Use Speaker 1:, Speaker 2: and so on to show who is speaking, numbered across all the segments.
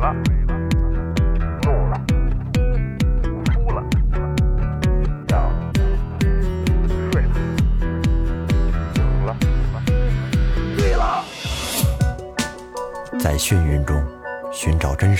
Speaker 1: 了，怒了，哭了，笑了，睡了，醒了，醉了。
Speaker 2: 在眩晕中寻找真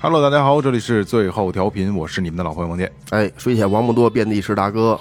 Speaker 3: Hello，大家好，这里是最后调频，我是你们的老朋友王健。
Speaker 4: 哎，水浅王不多，遍地是大哥，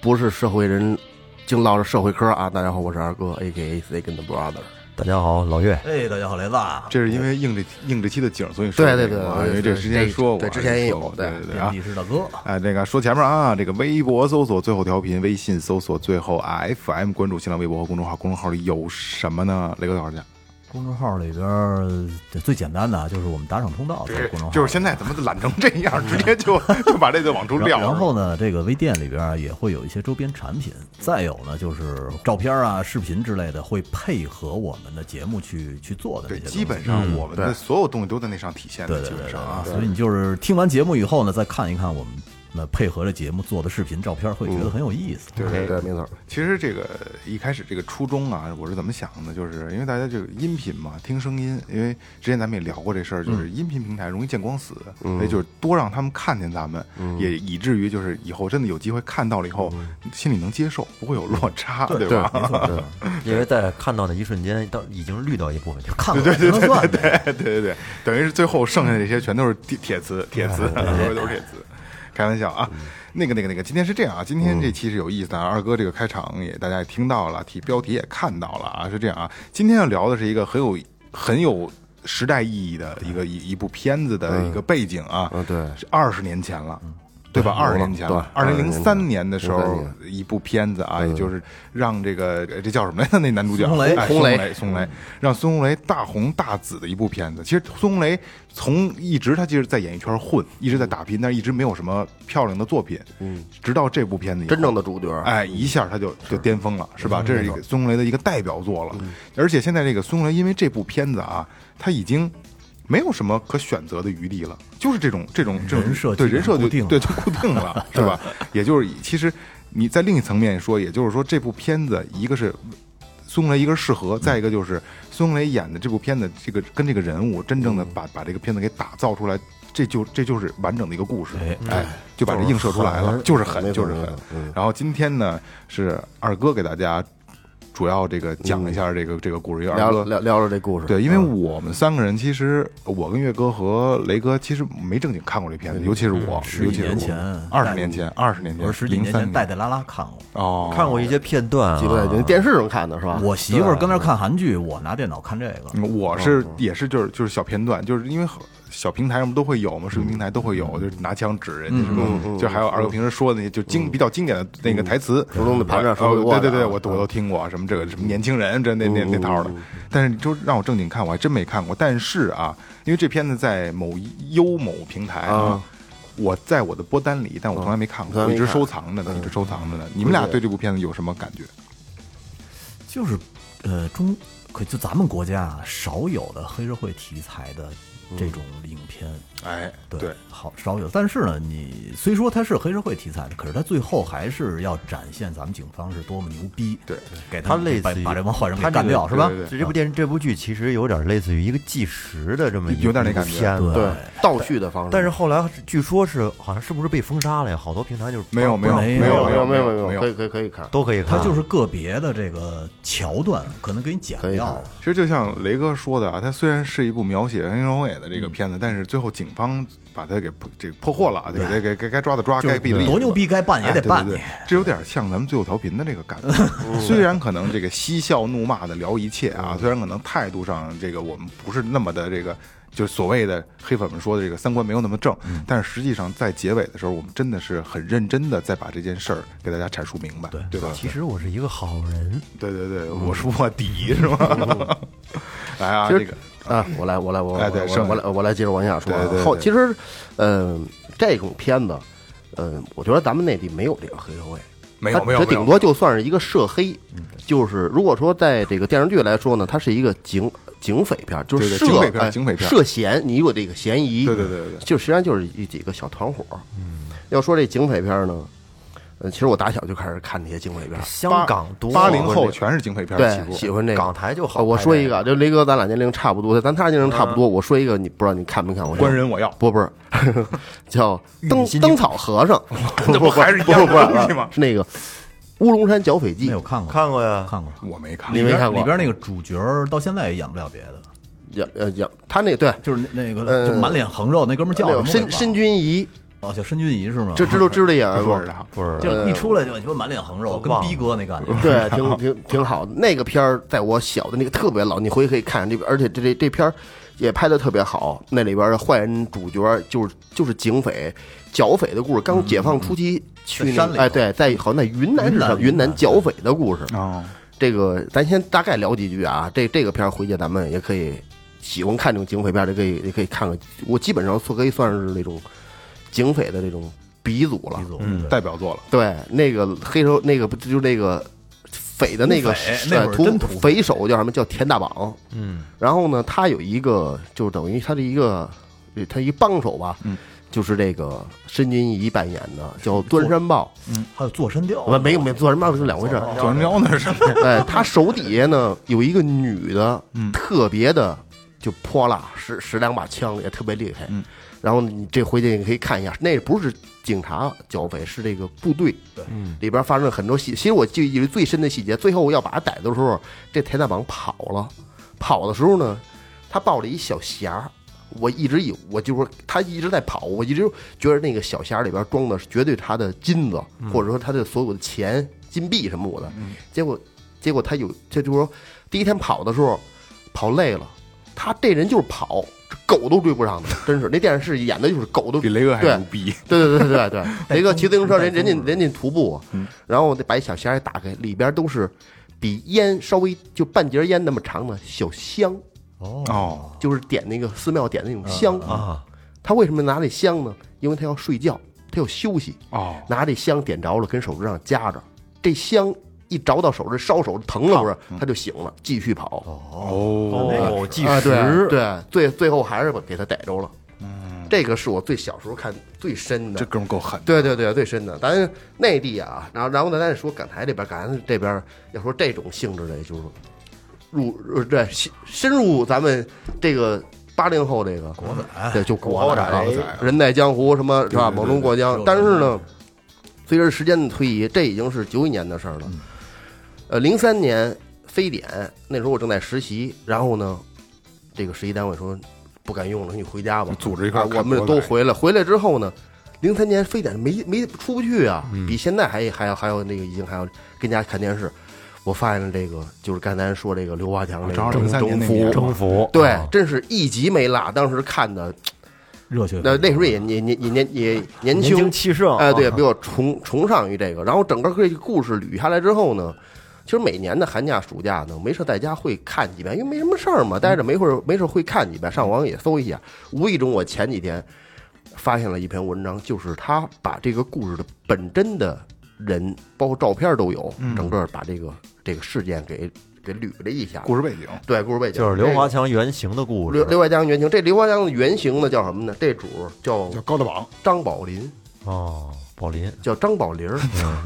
Speaker 4: 不是社会人，净唠着社会嗑啊。大家好，我是二哥，A K A Second Brother。
Speaker 2: 大家好，老岳，
Speaker 5: 哎，大家好，雷子啊，
Speaker 3: 这是因为应这应这期的景儿，所以说
Speaker 4: 对对
Speaker 3: 这个
Speaker 4: 对
Speaker 3: 啊
Speaker 4: 对
Speaker 3: 因为这
Speaker 4: 对
Speaker 3: 之前
Speaker 4: 对
Speaker 3: 说过啊，
Speaker 4: 对之前也有
Speaker 3: 说过对
Speaker 4: 对
Speaker 3: 对啊
Speaker 5: 遍。地是大哥，
Speaker 3: 哎，这个说前面啊，这个微博搜索最后调频，微信搜索最后 FM，关注新浪微博和公众号。公众号里有什么呢？雷哥老师讲，
Speaker 5: 公众号里边儿这最简单的啊，就是我们打赏通道的公众号，
Speaker 3: 就是现在怎么懒成这样，直接 就就把这就往出
Speaker 5: 然
Speaker 3: 撂。
Speaker 5: 然后呢，这个微店里边儿也会有一些周边产品，再有呢就是照片啊、视频之类的，会配合我们的节目去去做的这
Speaker 3: 对，
Speaker 5: 些东西。
Speaker 3: 基本上我们的所有东西都在那上体现
Speaker 5: 对
Speaker 3: 的，
Speaker 5: 对
Speaker 3: 基
Speaker 5: 对
Speaker 3: 本
Speaker 5: 对
Speaker 3: 上啊，
Speaker 5: 所以你就是听完节目以后呢，再看一看我们那配合着节目做的视频、照片，会觉得很有意思。
Speaker 3: 对对
Speaker 4: 对，没错，
Speaker 3: 其实这个一开始这个初衷啊，我是怎么想的？就是因为大家这个音频嘛，听声音，因为之前咱们也聊过这事儿，就是音频平台容易见光死，所以就是多让他们看见咱们，也以至于就是以后真的有机会看到了以后，心里能接受，不会有落差，对吧？
Speaker 4: 没错， 对
Speaker 2: 因为在看到的一瞬间，到已经滤到一部分，就看
Speaker 5: 看了才能算呗。
Speaker 3: 对对对，等于是最后剩下的这些全都是铁铁磁，铁磁，说的 都是铁磁。开玩笑啊，那个那个那个，今天是这样啊，今天这期是有意思的啊。二哥这个开场也大家也听到了，题标题也看到了啊，是这样啊。今天要聊的是一个很有很有时代意义的一个一一部片子的一个背景啊，
Speaker 4: 嗯对
Speaker 3: 是二十年前了。对吧？二十年前了，
Speaker 4: 对
Speaker 3: 二零零三
Speaker 4: 20
Speaker 3: 年的时
Speaker 4: 03
Speaker 3: 候
Speaker 4: 年，
Speaker 3: 一部片子啊，也就是让这个这叫什么来着？那男主角
Speaker 5: 孙红雷
Speaker 3: 哎
Speaker 4: 红雷
Speaker 3: 雷，孙红雷，让孙红雷大红大紫的一部片子。其实孙红雷从一直他就是在演艺圈混，一直在打拼，但是一直没有什么漂亮的作品。嗯，直到这部片子以后
Speaker 4: 真正的主角，
Speaker 3: 哎，一下他就就巅峰了，是吧？这是一个孙红雷的一个代表作了。而且现在这个孙红雷，因为这部片子啊，他已经没有什么可选择的余地了，就是这种这种这种
Speaker 5: 人设
Speaker 3: 对
Speaker 5: 基本
Speaker 3: 人设就
Speaker 5: 固定了
Speaker 3: 对就固定了，是吧？也就是其实你在另一层面说，也就是说这部片子一个是。孙红雷一个是适合，再一个就是孙红雷演的这部片子，这个跟这个人物真正的把把这个片子给打造出来，这就这就是完整的一个故事，哎，就把这映射出来了，就是狠，
Speaker 4: 没错
Speaker 3: 就是狠
Speaker 4: 没错。嗯
Speaker 3: 然后今天呢是二哥给大家主要这个讲一下这个、这个故事。因为二
Speaker 4: 聊
Speaker 3: 哥
Speaker 4: 聊聊聊这故事，嗯
Speaker 3: 对，因为我们三个人其实我跟岳哥和雷哥其实没正经看过这片子，尤其是我，
Speaker 5: 十
Speaker 3: 尤
Speaker 5: 几
Speaker 3: 其是
Speaker 5: 年前
Speaker 3: 二十年前，二十年
Speaker 5: 我
Speaker 3: 前，
Speaker 5: 是十几年前
Speaker 3: 03
Speaker 5: 带带拉拉看过。
Speaker 3: 哦，
Speaker 2: 看过一些片段啊，
Speaker 4: 几位就电视上看的是吧？
Speaker 5: 我媳妇儿跟那儿看韩剧，我拿电脑看这个。
Speaker 3: 我是也是就是就是小片段，就是因为很小平台上不都会有嘛，视频平台都会有，就是拿枪指人家什么，就还有二哥平时说的那些就经比较经典的那个台词，
Speaker 4: 初中的盘上说
Speaker 3: 哦
Speaker 4: 过
Speaker 3: 对
Speaker 4: 的
Speaker 3: 对对，
Speaker 4: 啊
Speaker 3: 我我都听过什么这个什么年轻人这那那那套的，但是你就让我正经看，我还真没看过。但是啊，因为这片子在某优某平台
Speaker 4: 啊。
Speaker 3: 我在我的播单里，但我从来没看过，
Speaker 4: 从来
Speaker 3: 我
Speaker 4: 没
Speaker 3: 一直
Speaker 4: 看
Speaker 3: 收藏着呢，一直收藏着呢。你们俩对这部片子有什么感觉？
Speaker 5: 就是，呃，中可就咱们国家啊少有的黑社会题材的这种影片，
Speaker 3: 哎，
Speaker 5: 对，
Speaker 3: 对，
Speaker 5: 好少有。但是呢，你虽说它是黑社会题材的，可是它最后还是要展现咱们警方是多么牛逼，
Speaker 3: 对，
Speaker 5: 给
Speaker 2: 它
Speaker 5: 们
Speaker 2: 类
Speaker 5: 把
Speaker 2: 似于
Speaker 5: 把这帮坏人
Speaker 2: 它这
Speaker 5: 给干
Speaker 2: 个
Speaker 5: 掉，是吧？
Speaker 3: 对对
Speaker 2: 这这部电视这部剧其实有点类似于一个计时的这么一
Speaker 3: 有点那
Speaker 2: 一个
Speaker 3: 感觉
Speaker 2: 片子，
Speaker 4: 对倒叙的方式，
Speaker 2: 但是后来据说是好像是不是被封杀了呀？好多平台就是
Speaker 3: 没有没有
Speaker 5: 没
Speaker 3: 有
Speaker 4: 没有
Speaker 3: 有
Speaker 4: 没
Speaker 3: 有
Speaker 4: 没
Speaker 3: 没
Speaker 4: 有，可以可以可以看，
Speaker 2: 都可以看，
Speaker 6: 啊
Speaker 5: 它就是个别的这个桥段，可能给你剪
Speaker 4: 可以
Speaker 5: 掉
Speaker 4: 看
Speaker 5: 了。
Speaker 3: 其实就像雷哥说的啊，它虽然是一部描写黑社会的这个片子，但是最后警方把他给破这个破获了，啊对吧？该该该该抓的抓，
Speaker 5: 就是
Speaker 3: 该毙的
Speaker 5: 多牛逼该办也得办
Speaker 3: 哎对对对
Speaker 5: 你
Speaker 3: 这有点像咱们最后调频的这个感觉。虽然可能这个嬉笑怒骂的聊一切啊，虽然可能态度上这个我们不是那么的这个。就是所谓的黑粉们说的这个三观没有那么正，
Speaker 5: 嗯
Speaker 3: 但是实际上在结尾的时候，我们真的是很认真的在把这件事儿给大家阐述明白，对吧？
Speaker 6: 其实我是一个好人，
Speaker 3: 对对对，我是卧底是吗？来啊，
Speaker 4: 其
Speaker 3: 这
Speaker 4: 实
Speaker 3: 个
Speaker 4: 啊，我来，我来，我
Speaker 3: 哎
Speaker 4: 我
Speaker 3: 对
Speaker 4: 我
Speaker 3: 剩
Speaker 4: 我来，我来接着往下说啊。
Speaker 3: 对对对
Speaker 4: 后其实，嗯、这种片子，嗯、我觉得咱们内地没有这个黑社会，
Speaker 3: 没有
Speaker 4: 它
Speaker 3: 没有，
Speaker 4: 它
Speaker 3: 没有
Speaker 4: 顶多就算是一个涉黑，就是如果说在这个电视剧来说呢，它是一个警警匪片，就
Speaker 3: 对对
Speaker 4: 是涉
Speaker 3: 警匪片
Speaker 4: 哎
Speaker 3: 警匪片
Speaker 4: 涉嫌你有这个嫌疑，
Speaker 3: 对对对对对嗯
Speaker 4: 就实际上就是一几个小团伙。要说这警匪片呢，呃，其实我打小就开始看这些警匪片，
Speaker 6: 香港独
Speaker 3: 八
Speaker 6: 霸
Speaker 3: 零后全是警匪片起
Speaker 4: 对，喜
Speaker 3: 步，
Speaker 4: 欢这个
Speaker 6: 港台就好
Speaker 4: 啊我
Speaker 6: 拍
Speaker 4: 说
Speaker 6: 这
Speaker 4: 一个，这雷哥，咱俩年龄差不多，咱他年龄差不多。我说一个，你不知道你看没看过？
Speaker 3: 官嗯人我要，
Speaker 4: 不不是， 叫灯
Speaker 6: 心
Speaker 4: 灯草 和尚，不
Speaker 3: 那
Speaker 4: 不
Speaker 3: 不还是一
Speaker 4: 不
Speaker 3: 样的
Speaker 4: 是不是
Speaker 3: 东西吗
Speaker 4: 是那个乌龙山剿匪记
Speaker 5: 那有，看过
Speaker 6: 看过呀，
Speaker 5: 看过，
Speaker 3: 我没看
Speaker 4: 你没
Speaker 5: 里边
Speaker 4: 看过
Speaker 5: 里边那个主角儿到现在也演不了别的，
Speaker 4: 演呃演他那对
Speaker 5: 就是那那个
Speaker 4: 呃
Speaker 5: 就满脸横肉那哥们儿叫
Speaker 4: 那
Speaker 5: 什么啊
Speaker 4: 个
Speaker 5: 我给忘
Speaker 4: 申
Speaker 5: 了？
Speaker 4: 申军仪，
Speaker 5: 哦，叫申军仪是吗？
Speaker 4: 这呃知道知道演
Speaker 3: 不
Speaker 4: 过
Speaker 3: 知，道，
Speaker 6: 不是
Speaker 5: 就一出来就就满脸横肉，
Speaker 6: 我
Speaker 5: 跟
Speaker 6: 忘了
Speaker 5: 逼哥那感觉。
Speaker 4: 对，挺挺挺好的。那个片儿在我小的那个特别老，你回去可以看这个，而且这这这片儿也拍的特别好。那里边的坏人主角就是就是警匪、剿匪的故事，刚解放初期去
Speaker 5: 嗯在山
Speaker 4: 那
Speaker 5: 里
Speaker 4: 个
Speaker 5: 头
Speaker 4: 哎对，在好像在云南是什
Speaker 5: 云南
Speaker 4: 么？云南
Speaker 5: 云南
Speaker 4: 剿匪的故事。
Speaker 3: 哦，
Speaker 4: 这个咱先大概聊几句啊。这这个片儿回去咱们也可以喜欢看这种警匪片儿的，可以也可以看看。我基本上算可以算是那种警匪的这种鼻祖了
Speaker 5: 李。总
Speaker 3: 嗯，代表作了，
Speaker 4: 对，那个黑手那个不就那个匪的那个
Speaker 5: 土匪
Speaker 4: 是
Speaker 5: 那会儿
Speaker 4: 土
Speaker 5: 真土匪
Speaker 4: 匪首叫什么叫田大榜，
Speaker 6: 嗯，
Speaker 4: 然后呢，他有一个就是等于他的一个他一帮手吧，
Speaker 3: 嗯
Speaker 4: 就是这个申军仪扮演的叫端山豹，
Speaker 5: 还有坐山雕
Speaker 4: 我，没没端山豹是两回事
Speaker 5: 哦
Speaker 4: 儿，
Speaker 3: 转喵那是，
Speaker 4: 哎，他手底下呢有一个女的，
Speaker 3: 嗯
Speaker 4: 特别的就泼辣，十十两把枪也特别厉害，
Speaker 3: 嗯
Speaker 4: 然后你这回去你可以看一下，那不是警察剿匪，是这个部队，
Speaker 6: 嗯
Speaker 4: 里边发生了很多细，其实我记忆里最深的细节，最后我要把他逮的时候，这田大榜跑了，跑的时候呢，他抱着一小匣儿，我一直以我就是说他一直在跑，我一直觉得那个小匣儿里边装的是绝对他的金子，或者说他的所有的钱、金币什么我的，结果结果他有，这就是说第一天跑的时候跑累了，他这人就是跑，狗都追不上他，真是那电视演的就是狗都
Speaker 3: 比雷哥还
Speaker 4: 对
Speaker 3: 牛逼，
Speaker 4: 对对对 对对对，雷
Speaker 6: 哎
Speaker 4: 哥骑自行车，人人家
Speaker 5: 带风
Speaker 4: 人家徒步，啊
Speaker 6: 嗯
Speaker 4: 然后我得把一小匣儿打开，里边都是比烟稍微就半截烟那么长的小香，
Speaker 3: 哦，
Speaker 4: 就是点那个寺庙点的那种香。
Speaker 6: 啊，
Speaker 4: 他为什么拿这香呢？因为他要睡觉，他要休息，
Speaker 3: 哦，
Speaker 4: 拿这香点着了，跟手指上夹着，这香一着到手这烧手疼了不是，
Speaker 6: 嗯
Speaker 4: 他就醒了，继续跑。
Speaker 3: 哦，
Speaker 6: 哦，计
Speaker 4: 啊，对
Speaker 6: 时，
Speaker 4: 对，最最后还是把给他逮着了。嗯，这个是我最小时候看最深的
Speaker 3: 这。哥们儿够狠，
Speaker 4: 对对对，最深的，咱内地啊，然后然后呢，咱再说港台这边，港台这边要说这种性质的，就是入呃对深深入咱们这个八零后这个国仔，对，就国仔啊
Speaker 6: 国仔，
Speaker 4: 人在江湖什么是吧？
Speaker 3: 对对对
Speaker 4: 猛龙过江
Speaker 5: 对，
Speaker 4: 但是呢，随着时间的推移，这已经是九一年的事儿了。呃，零三年非典那时候我正在实习，然后呢，这个实习单位说不敢用了，你回家吧，
Speaker 3: 组织一块儿
Speaker 4: 啊
Speaker 3: 看
Speaker 4: 我们
Speaker 3: 国
Speaker 4: 都
Speaker 3: 仔
Speaker 4: 回来，回来之后呢，零三年非典没没出不去啊，
Speaker 3: 嗯
Speaker 4: 比现在还还要还要那个已经还要跟家看电视。我发现了这个就是刚才说这个刘华强这
Speaker 3: 哦正好
Speaker 4: 个
Speaker 3: 是03年那年哦
Speaker 4: 服，
Speaker 6: 征服，
Speaker 4: 对
Speaker 6: 啊，
Speaker 4: 真是一集没落。当时看的
Speaker 5: 热血
Speaker 4: 那那时候也也也也年也年
Speaker 6: 年
Speaker 4: 轻
Speaker 6: 轻气盛，
Speaker 4: 哎，对，
Speaker 6: 啊
Speaker 4: 比较崇崇尚于这个。然后整个这个故事捋下来之后呢，其实每年的寒假、暑假呢，没事在家会看几遍，因为没什么事儿嘛，待着没会儿没事会看几遍，上网也搜一下。无意中我前几天发现了一篇文章，就是他把这个故事的本真的人，包括照片都有，
Speaker 6: 嗯
Speaker 4: 整个把这个这个事件给给捋了一下。
Speaker 3: 故事背景，
Speaker 4: 对故事背景
Speaker 6: 就是刘华
Speaker 4: 这
Speaker 6: 强原型的故
Speaker 4: 个
Speaker 6: 事
Speaker 4: 刘，刘华强原型，这刘华强的原型呢叫什么呢？这主儿叫
Speaker 3: 叫高大榜，
Speaker 4: 张宝林。
Speaker 6: 哦，宝林，
Speaker 4: 叫张宝林儿。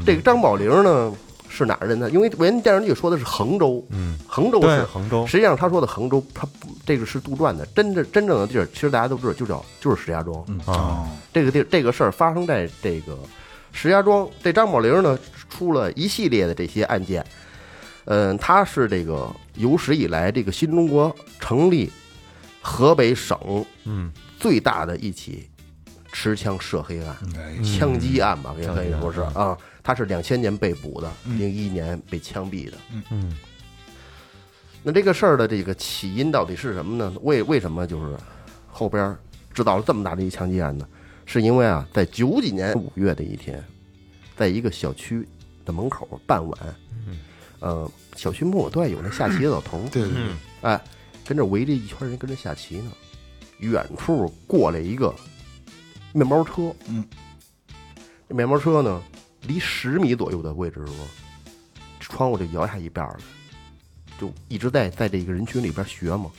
Speaker 4: 这个张宝林儿呢是哪儿人呢？因为人家电视剧说的是衡州，
Speaker 6: 嗯，
Speaker 4: 衡州
Speaker 6: 对，
Speaker 4: 市。
Speaker 6: 杭州，
Speaker 4: 实际上他说的衡州，他不这个是杜撰的，真正真正的地儿，其实大家都知道，就叫就是石家庄。
Speaker 6: 啊，
Speaker 4: 这个地这个事儿发生在这个石家庄。这张宝林儿呢出了一系列的这些案件，嗯，他是这个有史以来这个新中国成立河北省
Speaker 6: 嗯，
Speaker 4: 最大的一起持枪涉黑案、
Speaker 3: 哎，
Speaker 4: 枪击案吧，也可以说是
Speaker 6: 嗯枪击
Speaker 4: 啊。他是两千年被捕的，零一年被枪毙的。
Speaker 6: 嗯，
Speaker 4: 那这个事儿的这个起因到底是什么呢？为为什么就是后边儿知道了这么大的一枪击案呢？是因为啊，在九几年五月的一天，在一个小区的门口傍晚，
Speaker 6: 嗯
Speaker 4: 呃，小区门口对有那下棋的老头儿，
Speaker 3: 对对对，
Speaker 4: 哎，跟这围着一圈人跟着下棋呢。远处过来一个面包车，
Speaker 3: 嗯，
Speaker 4: 这面包车呢，离十米左右的位置的时候，窗户就摇下一半儿了，就一直在在这个人群里边学嘛。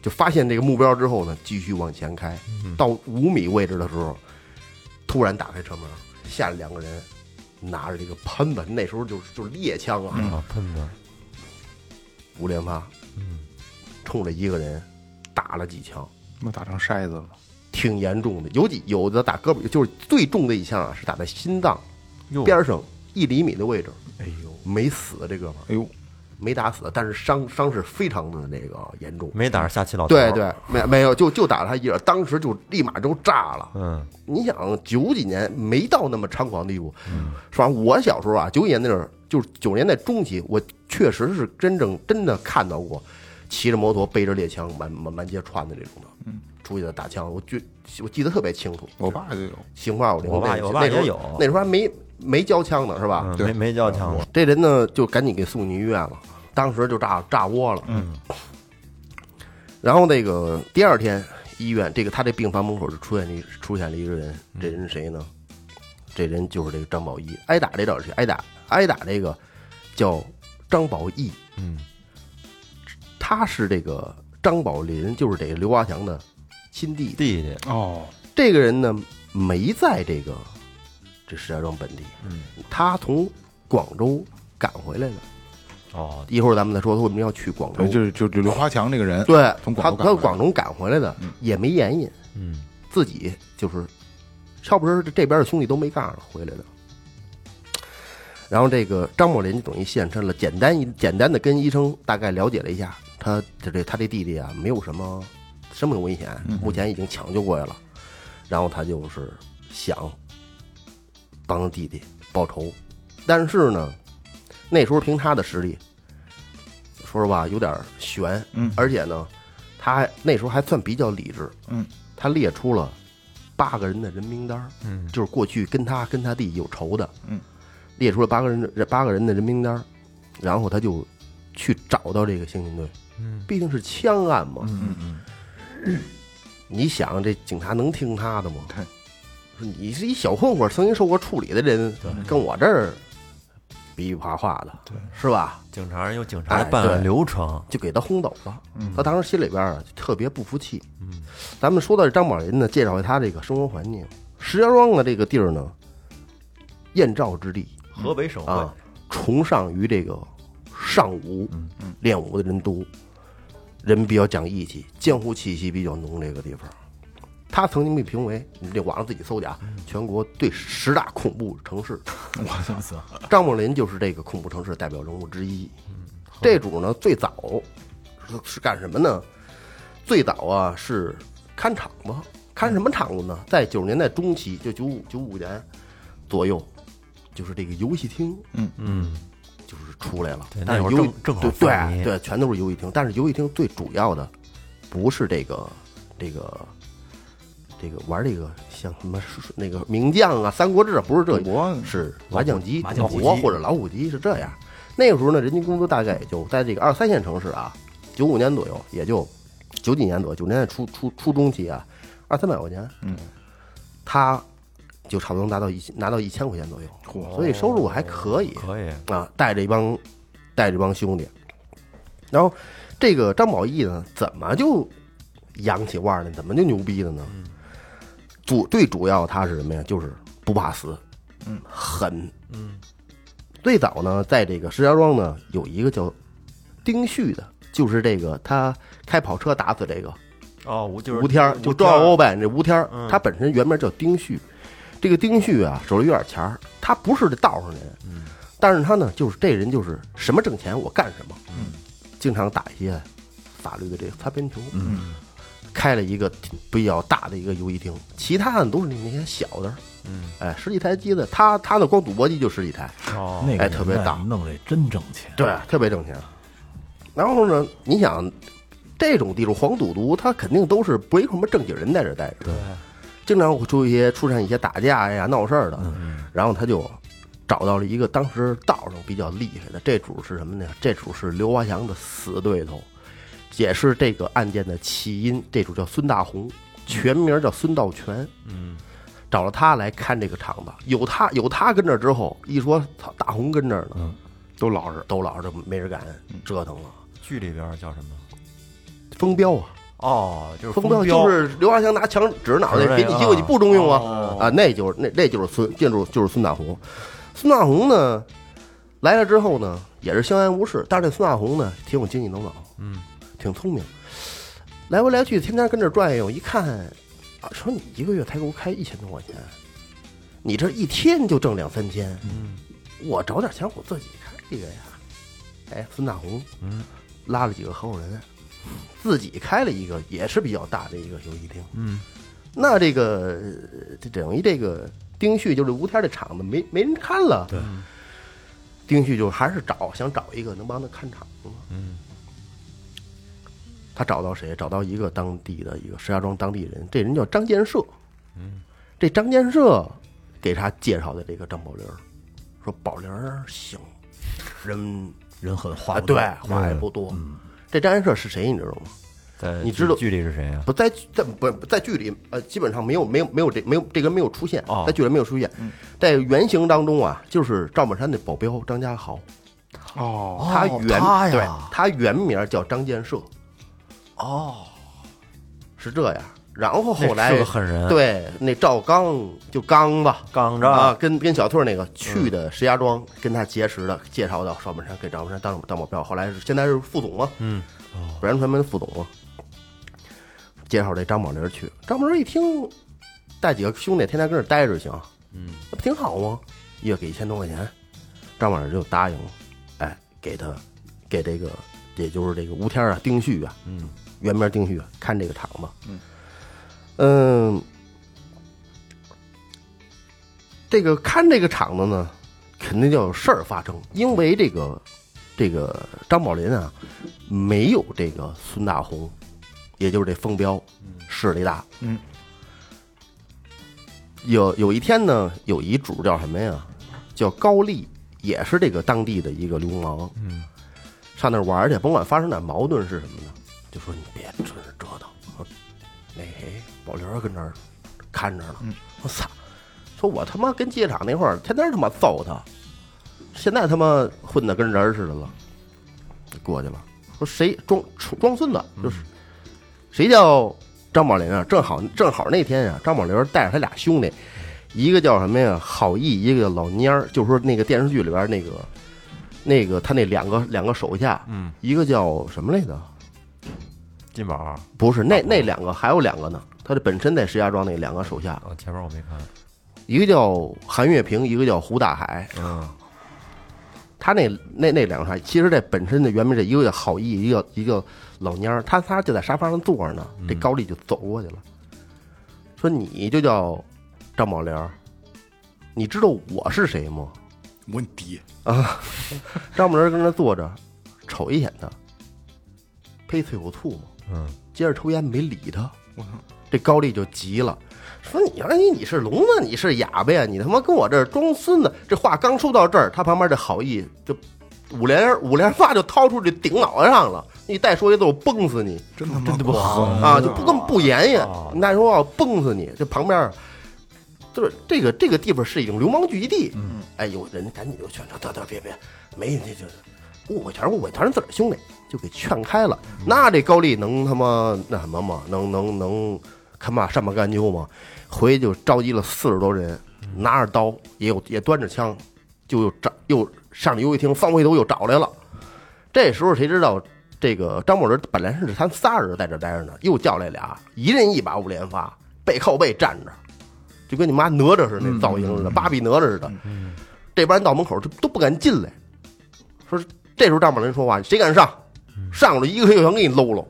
Speaker 4: 就发现这个目标之后呢，继续往前开，到五米位置的时候，突然打开车门，下来两个人，拿着这个喷子，那时候就就猎枪啊，
Speaker 6: 啊，喷子，
Speaker 4: 五连发，冲着一个人打了几枪，
Speaker 3: 那打成筛子了，
Speaker 4: 挺严重的。有几有的打胳膊，就是最重的一枪啊，是打在心脏
Speaker 6: 哟
Speaker 4: 边上一厘米的位置，
Speaker 5: 哎呦，
Speaker 4: 没死这哥们儿，
Speaker 3: 哎呦，
Speaker 4: 没打死，但是伤伤势非常的那个严重。
Speaker 6: 没打着啊下棋老头
Speaker 4: 对
Speaker 6: 儿，
Speaker 4: 对，没没有，就就打他一人，当时就立马就炸了。
Speaker 6: 嗯，
Speaker 4: 你想九几年没到那么猖狂地步，
Speaker 6: 嗯
Speaker 4: 是吧？我小时候啊，九几年那阵儿，就是九十年代中期，我确实是真正真的看到过，骑着摩托背着猎枪满满满街窜的这种的，嗯，出去的打枪，我就我记得特别清楚。
Speaker 3: 我爸就有，
Speaker 4: 型号我
Speaker 6: 我爸我爸
Speaker 4: 那时候
Speaker 6: 也有
Speaker 4: 那时候啊还没没交枪呢，是吧？
Speaker 6: 嗯
Speaker 3: 对
Speaker 6: 没没交枪，
Speaker 4: 这人呢就赶紧给送进医院了，当时就炸炸窝了。嗯。然后那个第二天，医院这个他这病房门口就出现了一出现了一个人，这人是谁呢？这人就是这个张宝义，挨打这找谁？挨打挨打这个叫张宝义，
Speaker 6: 嗯，
Speaker 4: 他是这个张宝林，就是这个刘华强的亲弟弟。
Speaker 6: 弟弟，
Speaker 3: 哦，
Speaker 4: 这个人呢，没在这个这石家庄本地，嗯，他从广州赶回来的。
Speaker 6: 哦，
Speaker 4: 一会儿咱们再说他为什么要去广州
Speaker 3: 对，，哎就是就就刘华强这个人，
Speaker 4: 对，
Speaker 3: 从
Speaker 4: 他
Speaker 3: 广州赶
Speaker 4: 他
Speaker 3: 回来
Speaker 4: 广东赶回来的，也没言语，
Speaker 6: 嗯，
Speaker 4: 自己就是，要不是这边的兄弟都没干了回来的。然后这个张宝林就等于现身了，简单一简单的跟医生大概了解了一下，他这这他这弟弟啊没有什么生命危险，目前已经抢救过来了。然后他就是想帮弟弟报仇，但是呢，那时候凭他的实力，说实话有点悬，
Speaker 3: 嗯
Speaker 4: 而且呢，他还那时候还算比较理智，
Speaker 3: 嗯，
Speaker 4: 他列出了八个人的人名单儿，
Speaker 6: 嗯
Speaker 4: 就是过去跟他跟他弟弟有仇的，
Speaker 3: 嗯，
Speaker 4: 列出了八个人的八个人的人名单儿，然后他就去找到这个刑警队，
Speaker 6: 嗯，
Speaker 4: 毕竟是枪案嘛，
Speaker 3: 嗯嗯，
Speaker 4: 你想这警察能听他的吗？
Speaker 3: 对
Speaker 4: 说你是一小混混，曾经受过处理的人，跟我这儿比比划划的，对，是吧？
Speaker 6: 警察有警察
Speaker 4: 哎
Speaker 6: 的办案
Speaker 4: 对
Speaker 6: 流程，
Speaker 4: 就给他轰走了。他当时心里边啊就特别不服气。咱们说到这张宝林呢，介绍一下他这个生活环境。石家庄的这个地儿呢，燕赵之地
Speaker 6: 河北省
Speaker 4: 啊
Speaker 6: 会，，
Speaker 4: 崇尚于这个尚武，练武的人多，人比较讲义气，江湖气息比较浓。这个地方，他曾经被评为，你这网上自己搜去啊，全国最十大恐怖城市。
Speaker 5: 我操！
Speaker 4: 张伯林就是这个恐怖城市的代表人物之一。
Speaker 6: 嗯
Speaker 4: 这主呢，最早是是干什么呢？最早啊是看场子，看什么场子呢？在九十年代中期，就九五九五年左右，就是这个游戏厅，
Speaker 6: 嗯，
Speaker 4: 就是出来了
Speaker 6: 对。那
Speaker 4: 但是
Speaker 6: 会儿
Speaker 4: 游戏
Speaker 6: 正正好
Speaker 4: 对
Speaker 6: 放
Speaker 4: 对
Speaker 6: 映
Speaker 4: 对，全都是游戏厅。但是游戏厅最主要的不是这个这个这个玩这个像什么那个名将啊、三国志啊，不是这
Speaker 3: 赌博
Speaker 4: 是麻将机、
Speaker 5: 麻
Speaker 4: 老
Speaker 5: 将机
Speaker 4: 活或者老虎机是这样。那个时候呢，人均工资大概也就在这个二三线城市啊，九五年左右，也就九几年左右，九十年代初初初中期啊，二三百块钱，嗯，他就差不多能达到一拿到一千块钱左右，所以收入还可以，
Speaker 6: 可以，
Speaker 4: 啊，带着一帮带着一帮兄弟，然后这个张宝义呢，怎么就扬起腕儿呢？怎么就牛逼了呢？主最主要他是什么呀？就是不怕死，嗯，狠，嗯。最早呢，在这个石家庄呢，有一个叫丁旭的，就是这个他开跑车打死这个
Speaker 6: 哦，我就是
Speaker 4: 吴天儿，就赵欧呗，这吴天儿
Speaker 6: 嗯，
Speaker 4: 他本身原名叫丁旭，这个丁旭啊，手里有点钱儿，他不是这道上人，
Speaker 6: 嗯
Speaker 4: 但是他呢，就是这人就是什么
Speaker 6: 嗯嗯
Speaker 4: 挣钱我干什么，经常打一些法律的这个擦边球，开了一个比较大的一个游戏厅，其他的都是那些小的，
Speaker 6: 嗯，
Speaker 4: 哎，十几台机子，他他那光赌博机就十几台，
Speaker 6: 哦，
Speaker 5: 那个
Speaker 4: 哎特别
Speaker 5: 年代
Speaker 4: 大
Speaker 5: 弄这真挣钱。
Speaker 4: 对，特别挣钱。然后呢，你想这种地主黄赌毒，他肯定都是不是什么正经人在这待着，对，经常会出一些出现一些打架呀、闹事儿的。然后他就找到了一个当时道上比较厉害的，这主是什么呢？这主是刘华强的死对头，也是这个案件的起因。这主叫孙大红，全名叫孙道全。嗯。找了他来看这个场子，有他有他跟这儿之后，一说操大红跟这儿呢，
Speaker 3: 都老实。
Speaker 4: 都老实，没人敢折腾了。
Speaker 6: 剧里边叫什么？
Speaker 4: 风标啊，
Speaker 6: 哦，就是
Speaker 4: 风标
Speaker 6: 标
Speaker 4: 就是刘华强拿枪指着脑袋给你机会，你不中用啊啊，那就是那那就是孙，建筑就是孙大红。孙大红呢来了之后呢，也是相安无事，但是这孙大红呢挺有经济头脑，嗯，挺聪明，来回来去天天跟这转悠，一看啊，说你一个月才给我开一千多块钱，你这一天就挣两三千，
Speaker 6: 嗯，
Speaker 4: 我找点钱我自己开一个呀。哎，孙大红，嗯，拉了几个合伙人，自己开了一个也是比较大的一个游戏厅。
Speaker 6: 嗯，
Speaker 4: 那这个呃这等于这个丁旭就是吴天这厂子没没人看了。对，丁旭就还是找想找一个能帮他看场子嘛。嗯，他找到石家庄当地人谁？找到一个当地的一个石家庄当地人，这人叫张建设。嗯，这张建设给他介绍的这个张宝林儿，说宝林儿行，人
Speaker 5: 人狠话
Speaker 4: 啊
Speaker 5: 不
Speaker 4: 对
Speaker 5: 多
Speaker 4: 话也不多。这张建设是谁你知道吗？
Speaker 6: 在
Speaker 4: 你知道
Speaker 6: 剧里是谁呀？
Speaker 4: 不在在不在剧里，呃，基本上没有没有没有这没有这个人没有出现，
Speaker 6: 哦
Speaker 4: 在剧里没有出现，在原型当中啊，就是赵本山的保镖张家豪，
Speaker 3: 哦，
Speaker 4: 他原
Speaker 6: 他呀
Speaker 4: 对他原名叫张建设，
Speaker 6: 哦，
Speaker 4: 是这样。然后后
Speaker 6: 那
Speaker 4: 来
Speaker 6: 是个狠人啊
Speaker 4: 对那赵刚就刚吧，
Speaker 6: 刚着
Speaker 4: 啊，跟跟小翠那个去的石家庄，跟他结识的，介绍到赵本山，给赵本山当当保镖，后来是现在是副总嘛，哦
Speaker 6: 嗯，
Speaker 4: 北山传媒的副总嘛，介绍这张宝林去，张宝林一听，带几个兄弟天天跟这待着行，嗯，那不挺好吗？一月给一千多块钱，张宝林就答应了，哎，给他，给这个，也就是这个吴天啊，丁旭啊，嗯，原名丁旭看这个场子，嗯，这个看这个场子呢，肯定就有事儿发生，因为这个这个张宝林啊，没有这个孙大红，也就是这风彪势力大。
Speaker 3: 嗯，
Speaker 4: 有有一天呢，有一主叫什么呀？叫高丽，也是这个当地的一个流氓。嗯，上那儿玩儿去，甭管发生点矛盾是什么呢，就说你别真是折腾。说那谁，宝林儿跟那儿看着呢。我操！说我他妈跟机场那会儿天天他妈揍他，现在他妈混的跟人儿似的了。就过去了，说谁装装孙子，就是谁叫张宝林啊？正好正好那天啊，张宝林带着他俩兄弟，一个叫什么呀？郝毅，一个叫老蔫儿，就是说那个电视剧里边那个那个他那两个两个手下，嗯，一个叫什么来着？
Speaker 6: 金宝啊，
Speaker 4: 不是那那两个还有两个呢，他这本身在石家庄那两个手下，
Speaker 6: 哦前面我没看，
Speaker 4: 一个叫韩月平，一个叫胡大海。
Speaker 6: 嗯，
Speaker 4: 他那那那两个啥，其实这本身的原名这一个叫郝毅，一个一个老蔫儿，他仨就在沙发上坐着呢。这高丽就走过去了，说：“你就叫张宝莲儿，你知道我是谁吗
Speaker 3: 我你爹，？”
Speaker 4: 张宝莲儿跟那坐着，瞅一眼他，呸，啐口吐沫，
Speaker 6: 嗯，
Speaker 4: 接着抽烟，没理他。
Speaker 3: 我操，
Speaker 4: 这高丽就急了，说你让你你是聋子，你是哑巴呀，你他妈跟我这儿装孙子！这话刚说到这儿，他旁边这好意就五连五连发就掏出去顶脑袋上了，你再说一次我崩死你
Speaker 3: 真他妈
Speaker 6: 他妈
Speaker 3: 狠
Speaker 4: 啊！就不跟不言言
Speaker 6: 啊，
Speaker 4: 你再说我要崩死你！这旁边就是这个这个地方是已经流氓聚集地，哎，有人赶紧就劝说，得得别别，没这这误会全是误会，全是自个儿兄弟，就给劝开了。那这高丽能他妈那什么吗？能能能，看嘛善罢甘休吗？回去就召集了四十多人，拿着刀，也有也端着枪，就又找又上游戏厅翻回头又找来了。这时候谁知道这个张默仁本来是他仨人在这待着呢，又叫来俩，一人一把五连发，背靠背站着，就跟你妈哪吒似的那造型似的，八臂哪吒似的。这帮人到门口就都不敢进来。说这时候张宝林说话，谁敢上？上了一个月全给你搂搂。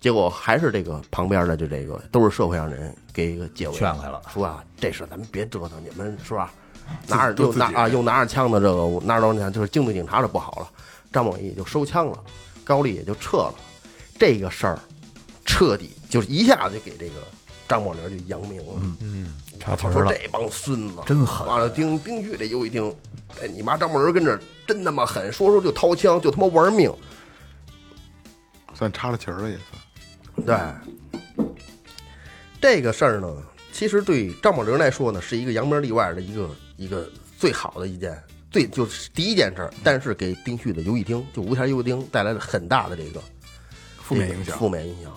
Speaker 4: 结果还是这个旁边的就这个都是社会上的人给一个解围
Speaker 5: 劝开了
Speaker 4: 说啊，这事咱们别折腾，你们啊是吧？
Speaker 3: 自
Speaker 4: 拿着
Speaker 3: 都
Speaker 4: 又
Speaker 3: 自己
Speaker 4: 拿啊
Speaker 3: 人
Speaker 4: 又拿着枪的这个拿着刀枪，就是京都警察这不好了。张广义也就收枪了，高丽也就撤了。这个事儿彻底就是一下子就给这个张广仁就扬名了。
Speaker 6: 插词
Speaker 4: 他
Speaker 6: 儿
Speaker 4: 说
Speaker 6: 了，
Speaker 4: 这帮孙子
Speaker 5: 真狠啊
Speaker 4: 完了，丁丁玉这又一听，哎，你妈张某人跟这儿真他妈狠，说说就掏枪，就他妈玩命。
Speaker 3: 算插了旗儿了也算。
Speaker 4: 对，这个事儿呢，其实对张宝玲来说呢，是一个扬名立万的一个一个最好的一件，最就是第一件事儿。但是给丁旭的游戏厅，就无条游戏厅带来了很大的这个
Speaker 3: 负面影
Speaker 4: 这个
Speaker 3: 响，
Speaker 4: 负面影响，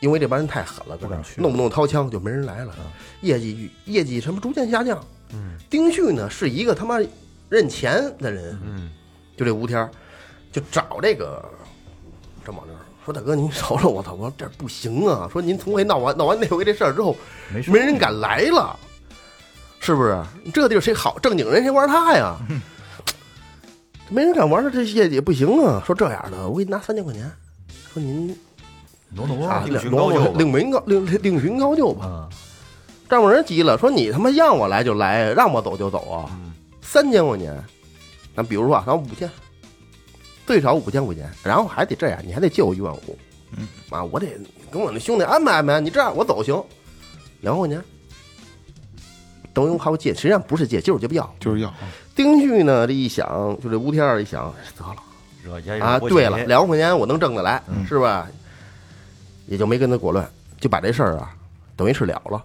Speaker 4: 因为这帮人太狠了，搁这儿弄不弄掏枪就没人来了，业绩业绩什么逐渐下降。嗯，丁旭呢是一个他妈认钱的人，嗯，就这吴天儿就找这个张宝亮说：“大哥，您瞅瞅我操，我这不行啊！说您从回闹完闹完那回这事儿之后，
Speaker 5: 没事
Speaker 4: 没人敢来了，是不是？这地儿谁好正经人谁玩他呀？没人敢玩他，这业绩也不行啊。说这样的，我给你拿三千块钱，说您
Speaker 5: 挪挪窝
Speaker 4: 啊，
Speaker 6: 哦
Speaker 5: 儿
Speaker 6: 另寻
Speaker 4: 挪
Speaker 6: 高就吧
Speaker 4: 另寻高另另寻高就吧。
Speaker 5: 啊，
Speaker 4: 丈母人急了，说你他妈让我来就来，让我走就走啊！三千块钱，咱比如说啊，咱五千，最少五千块钱，然后还得这样，你还得借我一万五，嗯，啊，我得跟我那兄弟安排安排，你这样我走行，两万块钱，等于我还要借，实际上不是借，就是借不要。
Speaker 3: 就是要
Speaker 4: 丁旭呢，这一想，就这吴天二一想，得了。
Speaker 6: 惹家
Speaker 4: 啊，
Speaker 6: 人过
Speaker 4: 对
Speaker 6: 节
Speaker 4: 了，两万块钱我能挣得来，是吧？也就没跟他过乱，就把这事儿啊，等于是了了。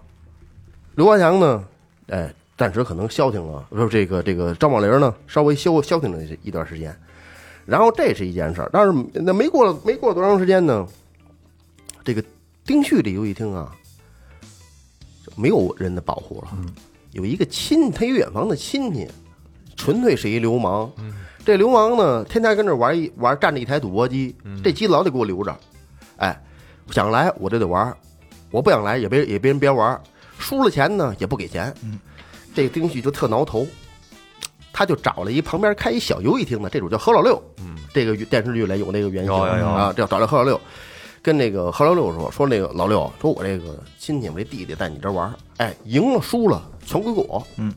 Speaker 4: 刘国强呢，哎，暂时可能消停了，说这个这个张宝林呢，稍微消消停了一段时间。然后这是一件事儿，但是那没过了没过多长时间呢，这个丁旭这游戏厅啊，没有人的保护了，有一个亲，他一远房的亲戚，纯粹是一流氓。
Speaker 6: 嗯
Speaker 4: 这流氓呢，天天跟这玩一玩，占着一台赌博机，
Speaker 6: 嗯
Speaker 4: 这机子老得给我留着。哎，想来我就得玩，我不想来也别也别人别玩，输了钱呢也不给钱。
Speaker 6: 嗯
Speaker 4: 这丁旭就特挠头，他就找了一旁边开一小游戏厅的，这主叫何老六。这个电视剧里有那个原型
Speaker 6: 嗯有有有
Speaker 4: 啊，这找这何老六。跟那个何老六说说那个老六说，我这个亲戚我这弟弟在你这玩儿，哎，赢了输了全归我。嗯，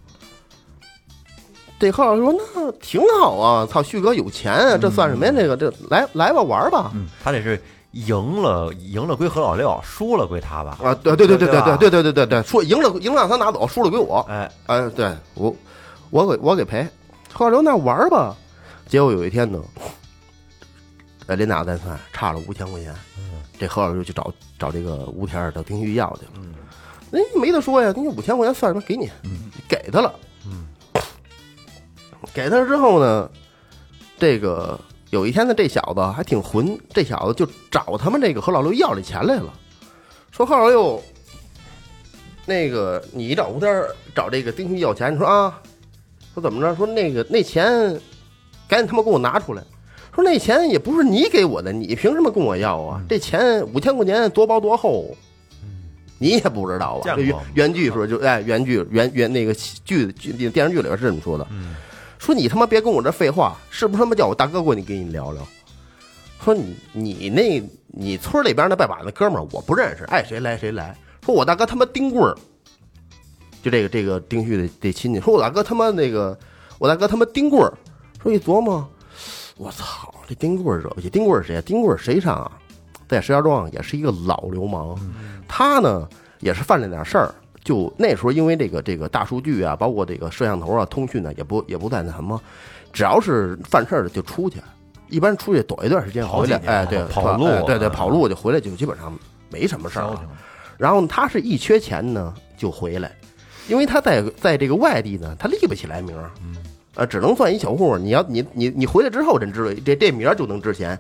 Speaker 4: 这何老六说那挺好啊，操，旭哥有钱啊，这算什么呀？这个这来来吧，玩儿吧。
Speaker 6: 嗯他得是赢了，赢了归何老六，输了归他吧？
Speaker 4: 啊，对对对对对
Speaker 6: 吧
Speaker 4: 对对对对对对，说赢了赢了让他拿走，输了归我。
Speaker 6: 哎，
Speaker 4: 哎，对我，我给我给赔。后来说那玩儿吧，结果有一天呢，呃，连打带算差了五千块钱，这何老师就去找找这个吴天儿找丁旭要去了。人家没得说呀，你五千块钱算什么？给你，给他了。给他之后呢，这个有一天呢，这小子还挺混，这小子就找他们这个何老六要这钱来了，说何老六。那个你找吴天儿找这个丁旭要钱，你说啊，说怎么着？说那个那钱，赶紧他妈给我拿出来！说那钱也不是你给我的，你凭什么跟我要啊？这钱五千块钱多薄多厚， 你也不知道啊。
Speaker 6: 嗯见
Speaker 4: 这
Speaker 6: 过
Speaker 4: 原
Speaker 6: 吗
Speaker 4: 原剧说就哎，原剧原原那个剧剧电视剧里边是这么说的，
Speaker 6: 嗯
Speaker 4: 说你他妈别跟我这废话，是不是他妈叫我大哥过去跟你聊聊？说你你那你村里边那拜把子哥们儿我不认识，爱谁来谁来。说我大哥他妈丁棍儿，就这个这个丁旭的这亲戚，说我大哥他妈那个我大哥他妈丁棍儿。说一琢磨，我操，这丁棍儿惹不起。丁棍儿是谁啊？丁棍儿谁上啊？在石家庄也是一个老流氓，
Speaker 6: 嗯
Speaker 4: 他呢也是犯了点事儿。就那时候，因为这个这个大数据啊，包括这个摄像头啊、通讯呢、也不也不在那什么，只要是犯事儿的就出去，一般出去躲一段时间
Speaker 6: 跑
Speaker 4: 回
Speaker 6: 几
Speaker 4: 来，
Speaker 6: 年
Speaker 4: 哎，对，
Speaker 6: 跑跑路
Speaker 4: 哎对对，
Speaker 6: 嗯
Speaker 4: 跑路就回来就基本上没什么事儿啊
Speaker 5: 消
Speaker 4: 了
Speaker 5: 停。了，
Speaker 4: 然后他是一缺钱呢就回来，因为他在在这个外地呢，他立不起来名儿，呃，只能算一小户儿。你要你你你回来之后，真知道这这名儿就能值钱，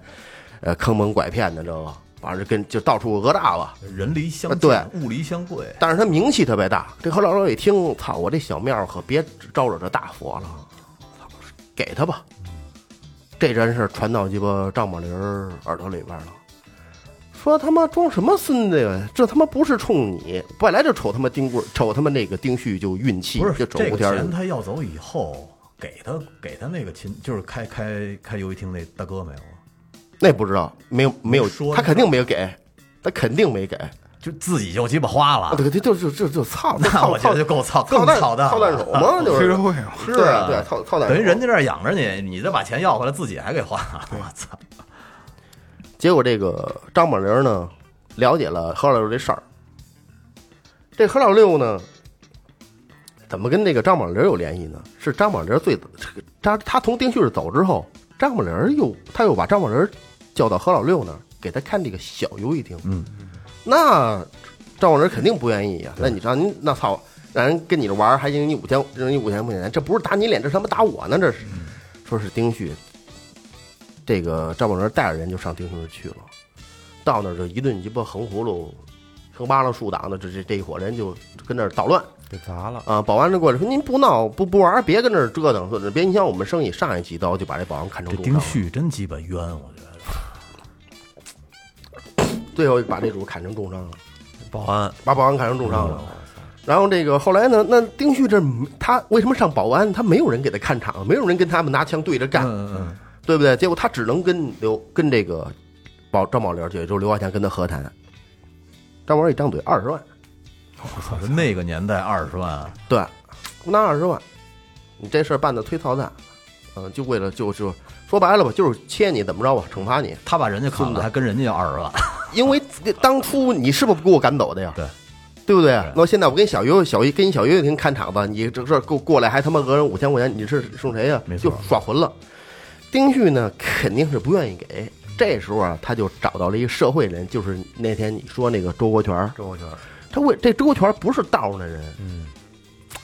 Speaker 4: 呃，坑蒙拐骗的这个，反正跟就到处讹诈吧。
Speaker 5: 人离相
Speaker 4: 啊对
Speaker 5: 近物离相贵，
Speaker 4: 但是他名气特别大，这何老六一听，操，我这小庙可别招惹这大佛了，操，给他吧。这件事儿传到鸡巴丈母林儿耳朵里边了，说他妈装什么孙子呀？这他妈不是冲你，本来就瞅他妈丁棍儿，瞅他妈那个丁旭就运气，
Speaker 5: 不
Speaker 4: 就是瞅
Speaker 5: 这
Speaker 4: 吴
Speaker 5: 个
Speaker 4: 天儿
Speaker 5: 钱他要走以后，给他给他那个亲，就是开开开游戏厅那大哥没有啊？
Speaker 4: 那不知道，没有没有
Speaker 5: 没说，
Speaker 4: 他肯定没有给，他肯定没给。
Speaker 5: 就自己就鸡巴花
Speaker 4: 啊，
Speaker 5: 了，
Speaker 4: 对，这就就就就操，
Speaker 5: 那
Speaker 4: 操
Speaker 5: 我觉得就够操，
Speaker 4: 操
Speaker 5: 更
Speaker 4: 蛋
Speaker 5: 操蛋了，
Speaker 4: 操蛋手嘛， 就
Speaker 3: 黑
Speaker 4: 是
Speaker 3: 社会嘛，
Speaker 5: 是
Speaker 4: 对
Speaker 5: 啊，
Speaker 4: 对操操蛋手
Speaker 5: 等于人家这儿养着你，你再把钱要回来，自己还给花了，我操！
Speaker 4: 结果这个张宝林呢，了解了何老六这事儿。这何老六呢，怎么跟这个张宝林有联系呢？是张宝林最他他从丁旭市走之后，张宝林又他又把张宝林叫到何老六那儿，给他看这个小游戏厅。
Speaker 5: 嗯，
Speaker 4: 那张宝林肯定不愿意呀、啊那你让您那操，让人跟你这玩儿还赢你五千，扔你五千块钱，这不是打你脸，这他妈打我呢！这是，说是丁旭这个赵宝仁带着人就上丁兴去了，到那儿就一顿鸡巴横葫芦，横扒拉竖挡的，这这这一伙人就跟那儿捣乱
Speaker 6: 给砸了，
Speaker 4: 啊！保安就过来说：“您不闹不不玩儿，别跟这儿折腾，说别影响我们生意。”上一几刀就把这保安砍成
Speaker 5: 这
Speaker 4: 重
Speaker 5: 丁
Speaker 4: 伤，
Speaker 5: 旭真鸡巴冤，我觉得。
Speaker 4: 最后把这主砍成重伤了，
Speaker 6: 保安
Speaker 4: 把保安砍成重伤了。
Speaker 5: 嗯
Speaker 4: 然后这个后来呢，那丁旭这他为什么上保安？他没有人给他看场，没有人跟他们拿枪对着干，
Speaker 5: 嗯嗯
Speaker 4: 对不对？结果他只能跟刘跟这个保张宝林，也就是刘华强跟他和谈。张宝林一张嘴二十万，
Speaker 5: 嗯，操，那个年代二十万，啊
Speaker 4: 对，那二十万，你这事儿办的忒操蛋，嗯、就为了就就说白了吧，就是切你怎么着吧，惩罚你，
Speaker 5: 他把人家砍
Speaker 4: 孙
Speaker 5: 了，
Speaker 4: 子
Speaker 5: 还跟人家要二十万，
Speaker 4: 因为当初你是不是给我赶走的呀？
Speaker 5: 对。
Speaker 4: 对不对
Speaker 5: 对？
Speaker 4: 那现在我跟小悠小跟你小悠悠婷看场子，你这事儿过过来还他妈讹人五千块钱，你是送谁呀、
Speaker 5: 没错
Speaker 4: 就耍混了。丁旭呢，肯定是不愿意给。这时候啊，他就找到了一个社会人，就是那天你说那个周国权儿，
Speaker 6: 周国权，
Speaker 4: 他为这周全不是道上的人，嗯，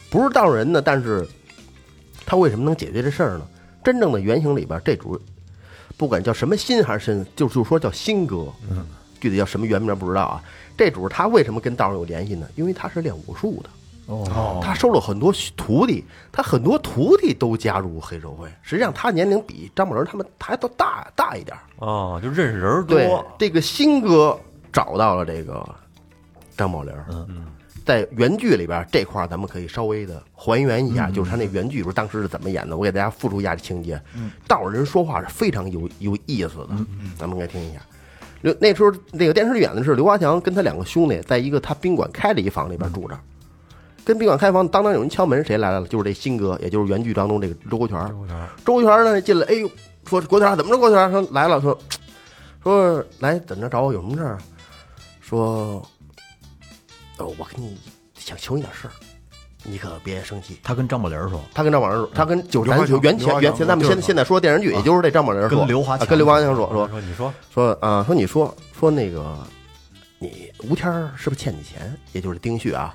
Speaker 4: 不是道上人呢，但是他为什么能解决这事儿呢？真正的原型里边，这主不管叫什么新还是身，就是就说叫新哥，嗯，具体叫什么原名不知道啊。这主他为什么跟道上有联系呢？因为他是练武术的，
Speaker 5: 哦，
Speaker 4: 他收了很多徒弟，他很多徒弟都加入黑社会。实际上，他年龄比张宝仁他们还都大大一点儿。
Speaker 6: 哦，就认识人儿
Speaker 4: 对
Speaker 6: 多，，
Speaker 4: 这个新哥找到了这个张宝林，嗯嗯，在原剧里边这块儿咱们可以稍微的还原一下，就是他那原剧里边当时是怎么演的，我给大家复述一下这情节。道上人说话是非常有有意思的，咱们应该听一下。刘那时候那个电视剧演的是刘华强跟他两个兄弟在一个他宾馆开的一房里边住着。跟宾馆开房，当当有人敲门，谁来了？就是这新哥，也就是原剧当中这个周国权。周国权呢进来，哎呦，说国权怎么着？国权说来了，说说来怎么着找我有什么事儿啊？说，呃，我跟你想求你点事儿，你可别生气。
Speaker 5: 他跟张宝林说，
Speaker 4: 他跟张宝仁说，他跟九
Speaker 3: 刘华
Speaker 4: 咱
Speaker 3: 强
Speaker 4: 就原
Speaker 3: 刘华
Speaker 4: 前
Speaker 3: 强
Speaker 4: 原前咱们
Speaker 3: 就是
Speaker 4: 现在现在说电视剧，也就是这张宝仁说
Speaker 5: 跟刘华
Speaker 4: 啊
Speaker 5: 强
Speaker 4: 跟刘华强说说
Speaker 6: 哦说你说
Speaker 4: 说啊说你说说那个你吴天儿是不是欠你钱？也就是丁旭啊，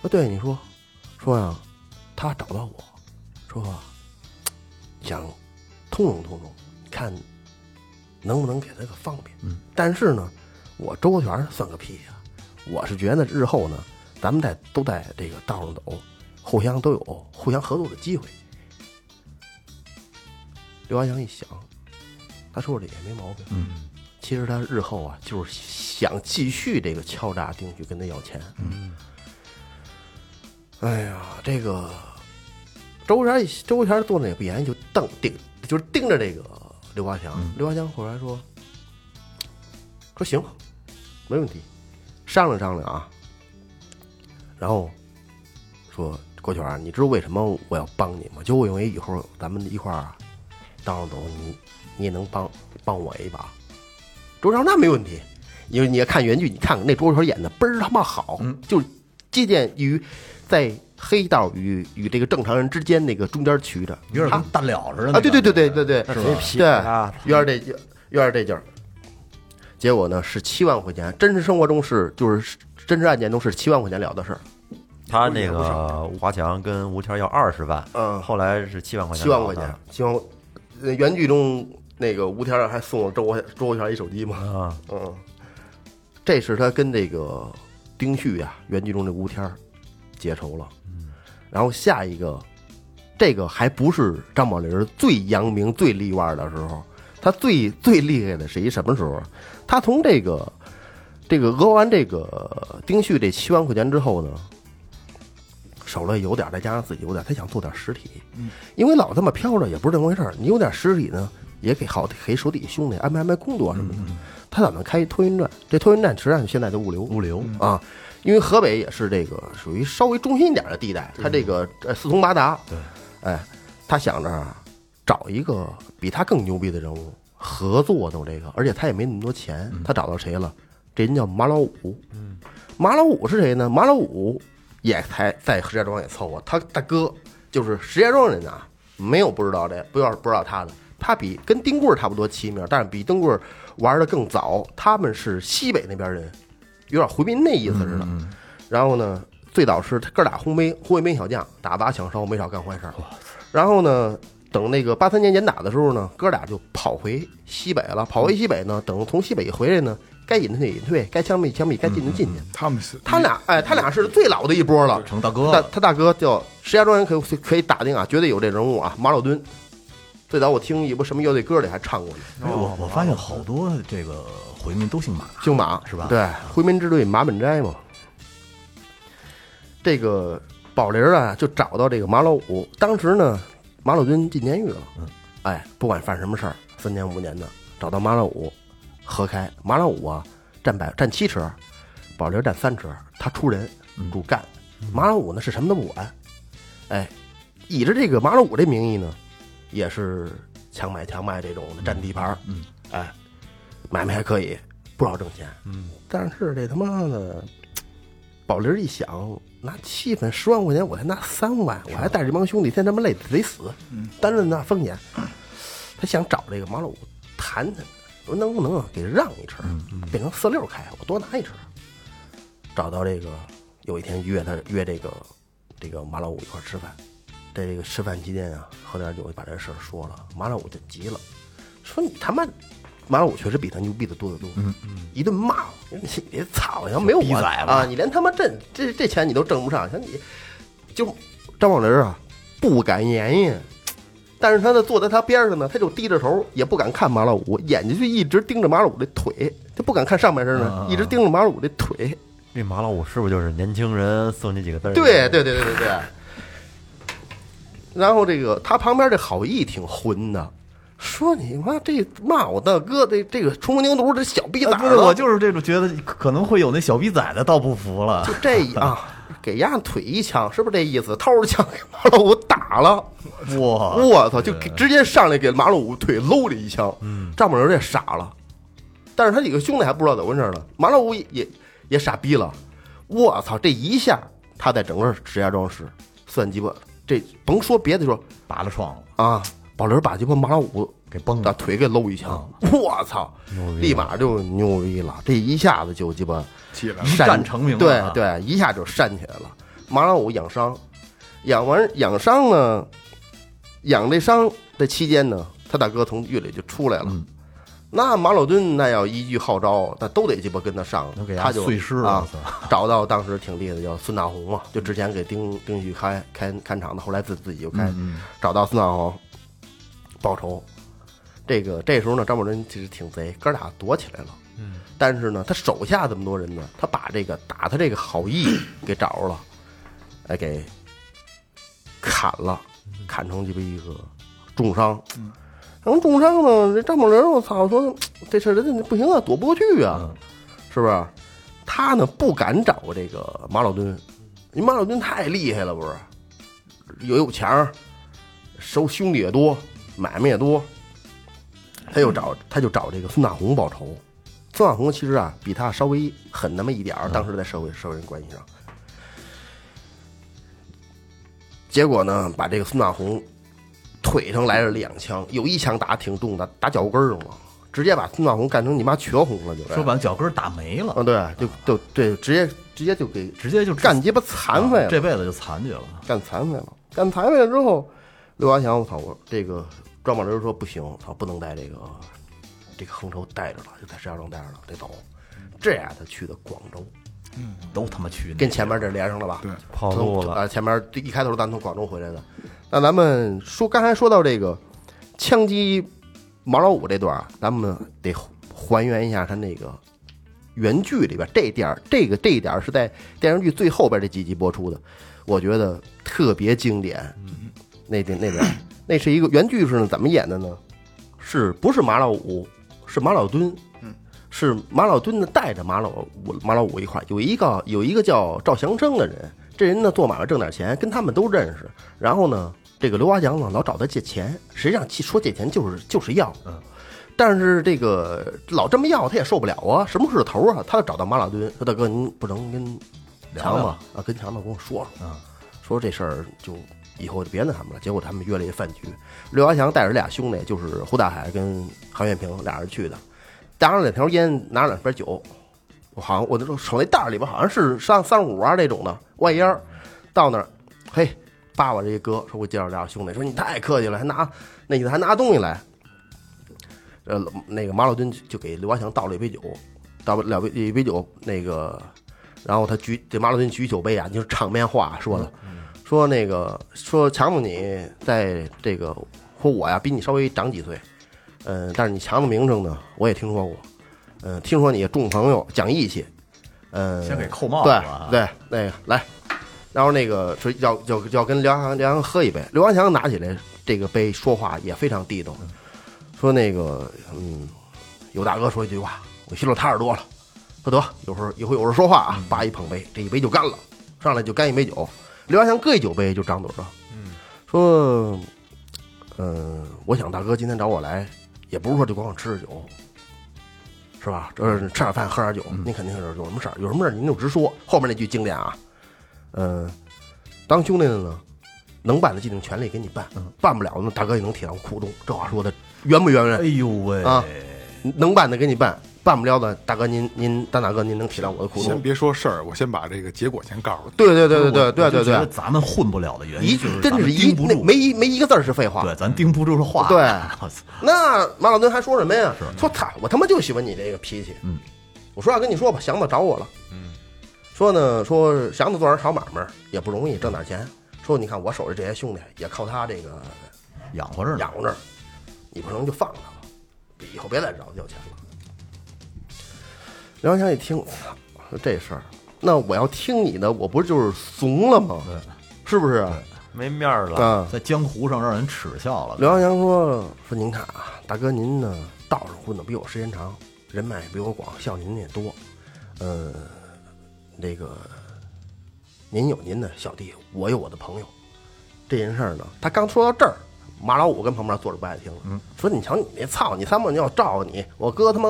Speaker 4: 说对你说说呀、他找到我说想通融通融，看能不能给他个方便。嗯，但是呢，我周国权算个屁呀、我是觉得日后呢，咱们在都在这个道上走，互相都有互相合作的机会。刘安阳一想，他说的也没毛病。嗯，其实他日后啊，就是想继续这个敲诈丁旭，跟他要钱。嗯，哎呀，这个周国权周国权坐那也不言，就瞪盯，就是盯着这个刘华强。刘华强后来说：“说行，没问题，商量商量啊。”然后说：“郭全，你知道为什么我要帮你吗？就因为以后咱们一块儿啊当上走，你你也能帮帮我一把。”周国强那没问题，因为你要看原剧，你看看那周国强演的倍儿他妈好，
Speaker 5: 嗯
Speaker 4: 就是借鉴于在黑道与与这个正常人之间那个中间取着，
Speaker 5: 有点
Speaker 4: 他
Speaker 5: 跟蛋了似的
Speaker 4: 啊，对对对对对对，
Speaker 5: 是吧
Speaker 4: 对
Speaker 6: 啊，
Speaker 4: 有点这劲儿，有点这劲儿。结果呢是七万块钱，真实生活中是就是真实案件中是七万块钱了的事儿，
Speaker 6: 他那
Speaker 4: 啊
Speaker 6: 个华强跟吴天要二十万，
Speaker 4: 嗯
Speaker 6: 后来是七万块钱，啊
Speaker 4: 七万块钱，七万。呃原剧中那个吴天儿还送了周国周国权一手机嘛，
Speaker 6: 啊，
Speaker 4: 嗯，这是他跟这个丁旭啊，原剧中这吴天儿结仇了。
Speaker 6: 嗯
Speaker 4: 然后下一个，这个还不是张宝林最扬名、最例外的时候，他最最厉害的是一什么时候？啊他从这个这个讹完这个丁旭这七万块钱之后呢，手里有点儿，再加上自己有点儿，他想做点儿实体，因为老他妈
Speaker 5: 嗯
Speaker 4: 飘着也不是那么回事儿，你有点实体呢，也给好给手底下兄弟安排安排工作什么的。他打算开一托运站，这托运站实际上现在的物流
Speaker 5: 物流，
Speaker 4: 啊，因为河北也是这个属于稍微中心一点的地带，它这个
Speaker 5: 嗯
Speaker 4: 呃四通八达，对，哎，他想着啊找一个比他更牛逼的人物合作弄这个，而且他也没那么多钱，
Speaker 5: 嗯
Speaker 4: 他找到谁了？这人叫马老五，嗯，马老五是谁呢？马老五也才在石家庄也凑合，他大哥就是石家庄人啊，没有不知道这，不要不知道他的。他比跟丁棍儿差不多齐名，但是比丁棍儿玩的更早。他们是西北那边人，有点回民那意思似的。然后呢，最早是他哥俩烘焙，烘焙小将，打砸抢烧，没少干坏事儿。然后呢，等那个八三年严打的时候呢，哥俩就跑回西北了。跑回西北呢，等从西北回来呢，该隐退隐退，该枪毙枪毙，该进就进去。
Speaker 3: 他们是
Speaker 4: 他俩哎，他俩是最老的一波了。
Speaker 5: 成大哥
Speaker 4: 他
Speaker 5: 了，
Speaker 4: 他大哥叫石家庄人可以可以打定啊，绝对有这人物啊，马老墩。最早我听一部什么乐队歌里还唱过呢，
Speaker 5: 哎我我发现好多这个回民都姓马，
Speaker 4: 姓马
Speaker 5: 是吧
Speaker 4: 对，回民支队马本斋嘛。这个宝林儿啊，就找到这个马老五。当时呢，马老军进监狱了，
Speaker 5: 嗯
Speaker 4: 哎，不管犯什么事儿，三年五年的，找到马老五，合开。马老五啊，占百占七成，宝林儿占三成，他出人
Speaker 5: 嗯
Speaker 4: 主干。马老五呢是什么都不管，哎，以着这个马老五这名义呢，也是强买强卖这种的占地盘儿，嗯，哎，买卖还可以，不少挣钱，嗯。但是这他妈的，宝林儿一想，拿七分十万块钱，我才拿三万，我还带着这帮兄弟，天他妈累得死，担着那风险，他想找这个马老五谈谈，说能不能啊给让一车，变成四六开，我多拿一车。找到这个，有一天约他约这个这个马老五一块儿吃饭，在这个吃饭期间啊，喝点酒就把这事儿说了，马老五就急了，说你他妈。马老五确实比他牛逼的多得多，嗯嗯，一顿骂我，你别操，要没有我啊，你连他妈挣这这钱你都挣不上，像你就张宝林儿啊，不敢言语，但是他呢坐在他边上呢，他就低着头，也不敢看马老五，眼睛就一直盯着马老五的腿，他不敢看上半身
Speaker 5: 啊
Speaker 4: 呢，一直盯着马老五的腿。
Speaker 5: 哎
Speaker 6: 这马老五是不是就是年轻人送你几个字儿？
Speaker 4: 对对对对对对。然后这个他旁边这好意挺混的，说你妈这骂我大哥这这个冲锋牛犊这小逼崽
Speaker 5: 哎不
Speaker 4: 子，
Speaker 5: 是我就是这种觉得可能会有那小逼崽子倒不服了
Speaker 4: 就，这一啊，给丫腿一枪，是不是这意思？掏着枪给马老五打了。
Speaker 5: 哇，
Speaker 4: 我操，就给直接上来给马老五腿搂了一枪，丈母娘这傻了，但是他几个兄弟还不知道怎么回事呢，马老五也也也傻逼了，我操，这一下他在整个石家庄市算鸡巴，这甭说别的说
Speaker 5: 拔了创了，
Speaker 4: 啊，宝林把鸡巴马老五
Speaker 5: 给崩
Speaker 4: 把
Speaker 5: 了，
Speaker 4: 腿给搂一枪，我操，立马就牛逼了，这一下子就鸡巴。
Speaker 3: 起来了，
Speaker 5: 一
Speaker 4: 善
Speaker 5: 战成名
Speaker 4: 对
Speaker 5: 了啊
Speaker 4: 对，一下就扇起来了。马老五养伤，养完养伤呢，养这伤的期间呢，他大哥从狱里就出来了。
Speaker 5: 嗯
Speaker 4: 那马老墩那要一句号召，那都得鸡巴跟他上
Speaker 5: 能给，他
Speaker 4: 他就
Speaker 5: 碎尸了
Speaker 4: 啊
Speaker 5: 我，
Speaker 4: 找到当时挺厉害的叫孙大红嘛，就之前给丁丁旭开开看场的，后来自自己就开，找到孙大红报仇。这个这时候呢，张宝珍其实挺贼，哥俩躲起来了。嗯，但是呢，他手下这么多人呢，他把这个打他这个好意给找着了，哎，给砍了，砍成鸡巴一个重伤。然后重伤呢，这张宝林我操说这事儿这不行啊，躲不过去啊，是不是？他呢不敢找这个马老墩，因为马老墩太厉害了，不是？又有钱儿，收兄弟也多，买卖也多，他又找他就找这个孙大红报仇。孙大红其实啊比他稍微狠那么一点儿，当时在社会社会人关系上。结果呢，把这个孙大红腿上来了两枪，有一枪打挺重的，打脚后跟儿上了，直接把孙大红干成你妈瘸红了，就这
Speaker 5: 说把脚跟儿打没了，
Speaker 4: 嗯，对，就就对，直接直接就给
Speaker 5: 直接就
Speaker 4: 干鸡巴残废了，
Speaker 5: 啊这辈子就残疾了，
Speaker 4: 干残废了，干残废了之后，刘华强，我操，我这个张宝林说不行，操，不能在这个这个横州待着了，就在石家庄待着了，得走。这呀，他去的广州，
Speaker 5: 都他妈去那
Speaker 4: 跟前面这连上了吧？
Speaker 3: 对
Speaker 6: 跑路了
Speaker 4: 啊、前面一开头咱从广州回来的，那咱们说刚才说到这个枪击马老五这段儿，啊咱们得还原一下他那个原剧里边这点儿，这个这一点儿是在电视剧最后边这几集播出的，我觉得特别经典。那那那边儿那是一个原剧是怎么演的呢？是不是马老五？是马老墩？是马老墩子带着马老五马老五一块儿有一个有一个叫赵祥生的人，这人呢做买卖挣点钱，跟他们都认识。然后呢，这个刘华强呢老找他借钱，实际上其说借钱就是就是要，但是这个老这么要他也受不了啊，什么是头啊？他就找到马老墩说：“大哥，您不能跟强子啊，跟强子跟我说说，说这事儿就以后就别那什么了。”结果他们约了一饭局，刘华强带着俩兄弟，就是胡大海跟韩月平俩人去的，拿了两条烟，拿了两瓶酒，我好像我那时候手那袋儿里边好像是三三十五啊这种的外烟儿，到那儿，嘿，爸爸这一哥说：“我介绍俩兄弟，说你太客气了，还拿那意思还拿东西来。”呃，那个马老墩就给刘华强倒了一杯酒，倒了杯一杯酒，那个，然后他举这马老墩举酒杯啊，就是场面话说的，
Speaker 5: 嗯
Speaker 4: 嗯说那个说强子你在这个说我呀比你稍微长几岁，嗯、但是你强子名声呢我也听说过，嗯、听说你重朋友讲义气，嗯、
Speaker 5: 先给扣帽子啊
Speaker 4: 对
Speaker 5: 吧，
Speaker 4: 对，那个来，然后那个说要要要跟刘华强刘华强喝一杯，刘华强拿起来这个杯说话也非常地道，
Speaker 5: 嗯
Speaker 4: 说那个嗯，有大哥说一句话，我心里踏实多了。说得有时候一会有人说话
Speaker 5: 嗯
Speaker 4: 啊，叭一捧杯，这一杯就干了，上来就干一杯酒。刘华强各一酒杯就张嘴了，说，嗯，我想大哥今天找我来，也不是说就光想吃着酒，是吧？这吃点饭，喝点酒，
Speaker 5: 嗯
Speaker 4: 您肯定是有什么事儿，有什么事儿您就直说。后面那句经典啊，嗯，当兄弟的呢，能办的尽尽全力给你办，
Speaker 5: 嗯
Speaker 4: 办不了呢，大哥也能体谅苦衷。这话说的圆不圆润
Speaker 5: 哎？呦喂，
Speaker 4: 啊能办的给你办，办不了的，大哥您您当大哥您能体谅我的苦
Speaker 3: 先
Speaker 4: 衷。
Speaker 3: 别说事儿，我先把这个结果先告诉你。
Speaker 4: 对对对对对
Speaker 5: 我
Speaker 4: 对
Speaker 5: 就
Speaker 4: 对
Speaker 5: 觉得
Speaker 4: 对，
Speaker 5: 咱们混不了的原
Speaker 4: 一
Speaker 5: 因就是
Speaker 4: 真
Speaker 5: 咱们
Speaker 4: 是一
Speaker 5: 盯不
Speaker 4: 那
Speaker 5: 住，
Speaker 4: 没一没一个字儿是废话。
Speaker 5: 对，咱盯不住这话。
Speaker 4: 对
Speaker 5: 我操
Speaker 4: 那马老墩还说什么呀？说他我他妈就喜欢你这个脾气。
Speaker 5: 嗯，
Speaker 4: 我说要跟你说吧，祥子找我了。嗯，说呢，说祥子做点小买卖也不容易，挣点钱。说你看我手里这些兄弟也靠他这个
Speaker 5: 养活着呢
Speaker 4: 养，着呢，你不能就放着吧，以后别再找他要钱了。梁文强一听，操，这事儿，那我要听你的，我不就是怂了吗？是不是啊？
Speaker 6: 没面儿了。
Speaker 4: 啊，
Speaker 5: 在江湖上让人耻笑了。
Speaker 4: 刘耀强说：“说您看啊，大哥您呢，道上混的比我时间长，人脉也比我广，像您也多。呃，那个，您有您的小弟，我有我的朋友。这件事儿呢，他刚说到这儿，马老五跟旁边坐着不爱听了，说：‘你瞧你那操，你他妈要照你，我哥他妈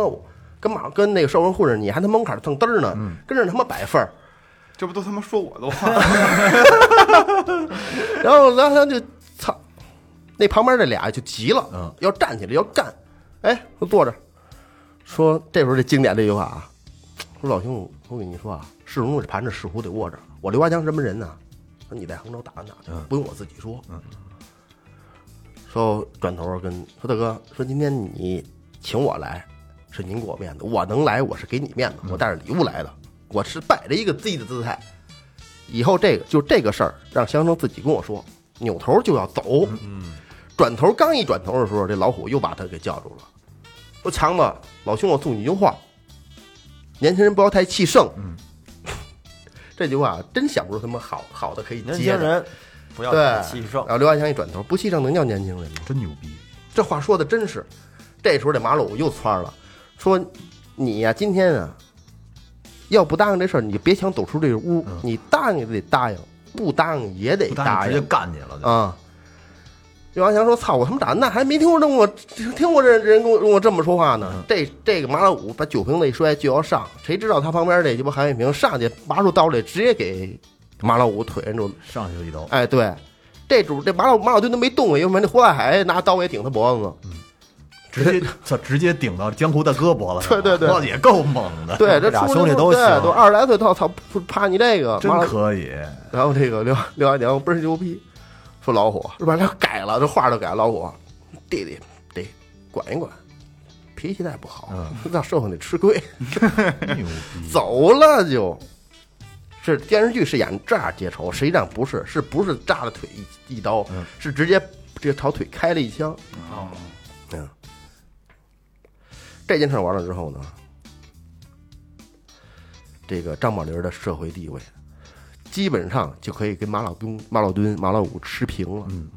Speaker 4: 跟马跟那个社会混着，你还他妈门槛儿蹭嘚儿呢，跟着他妈摆份儿。’
Speaker 3: 这不都他妈说我的话？
Speaker 4: 然后梁山就操，那旁边这俩就急了，嗯，要站起来要干，哎，都坐着，说这时候这经典这句话啊，说老兄，我跟你说啊，是龙得盘着，是虎得卧着，我刘华强什么人呢、说你在杭州打完哪去？不用我自己说，嗯，说转头跟说大哥说今天你请我来，是您给我面子，我能来我是给你面
Speaker 6: 嗯
Speaker 4: 子，我带着礼物来的，我是摆着一个自己的姿态。以后这个就这个事儿，让香生自己跟我说，扭头就要走。嗯，转头刚一转头的时候，这老虎又把他给叫住了，说：“强子，老兄，我送你一句话，年轻人不要太气盛。”嗯， 这句话真想不出什么好好的可以嗯
Speaker 6: 年轻
Speaker 4: 接的。
Speaker 6: 人不要
Speaker 4: 对嗯
Speaker 6: 太气盛
Speaker 4: 然，后刘华强一转头，不气盛能叫年轻人吗？
Speaker 5: 真牛逼！
Speaker 4: 这话说的真是。这时候这马老五又窜了，说：“你呀、今天啊，要不答应这事儿，你别想走出这个屋。你答应也得答应，不答应也得
Speaker 5: 嗯不搭
Speaker 4: 答
Speaker 5: 理直接
Speaker 4: 应
Speaker 5: 干你了，就
Speaker 4: 啊。”刘华强说：“操，我他妈长大还没听过这么听过这人跟我跟我这么说话
Speaker 5: 嗯
Speaker 4: 呢。这这个马老五把酒瓶子一摔就要上，谁知道他旁边这鸡巴韩月平上去拔出刀来，直接给马老五腿上就
Speaker 5: 上去就一刀。
Speaker 4: 哎，对，这主这马老马老墩都没动哎过，因为那胡大海拿刀也顶他脖子。
Speaker 5: 直接 操，直接顶到江湖大哥脖子上了，
Speaker 4: 对对对
Speaker 5: 哇也够猛的，
Speaker 4: 对，
Speaker 6: 这俩
Speaker 4: 出
Speaker 6: 兄弟
Speaker 4: 来之
Speaker 6: 都
Speaker 4: 后对
Speaker 6: 行
Speaker 4: 都二十来岁，操操，怕你这个
Speaker 5: 真
Speaker 4: 马老。
Speaker 5: 可以。
Speaker 4: 然后这个刘刘阿娘倍儿牛逼，说老虎是吧？他改了，这话都改了。老虎弟弟得管一管，脾气再不好，
Speaker 6: 嗯
Speaker 4: 到社会得吃亏。
Speaker 5: 牛逼！
Speaker 4: 走了就。是电视剧是演这样结仇，实际上不是，是不是扎了腿一一刀，是直接这个朝腿开了一枪。嗯，这件事完了之后呢，这个张宝林的社会地位基本上就可以跟马老东、马老墩、马老五持平了。嗯，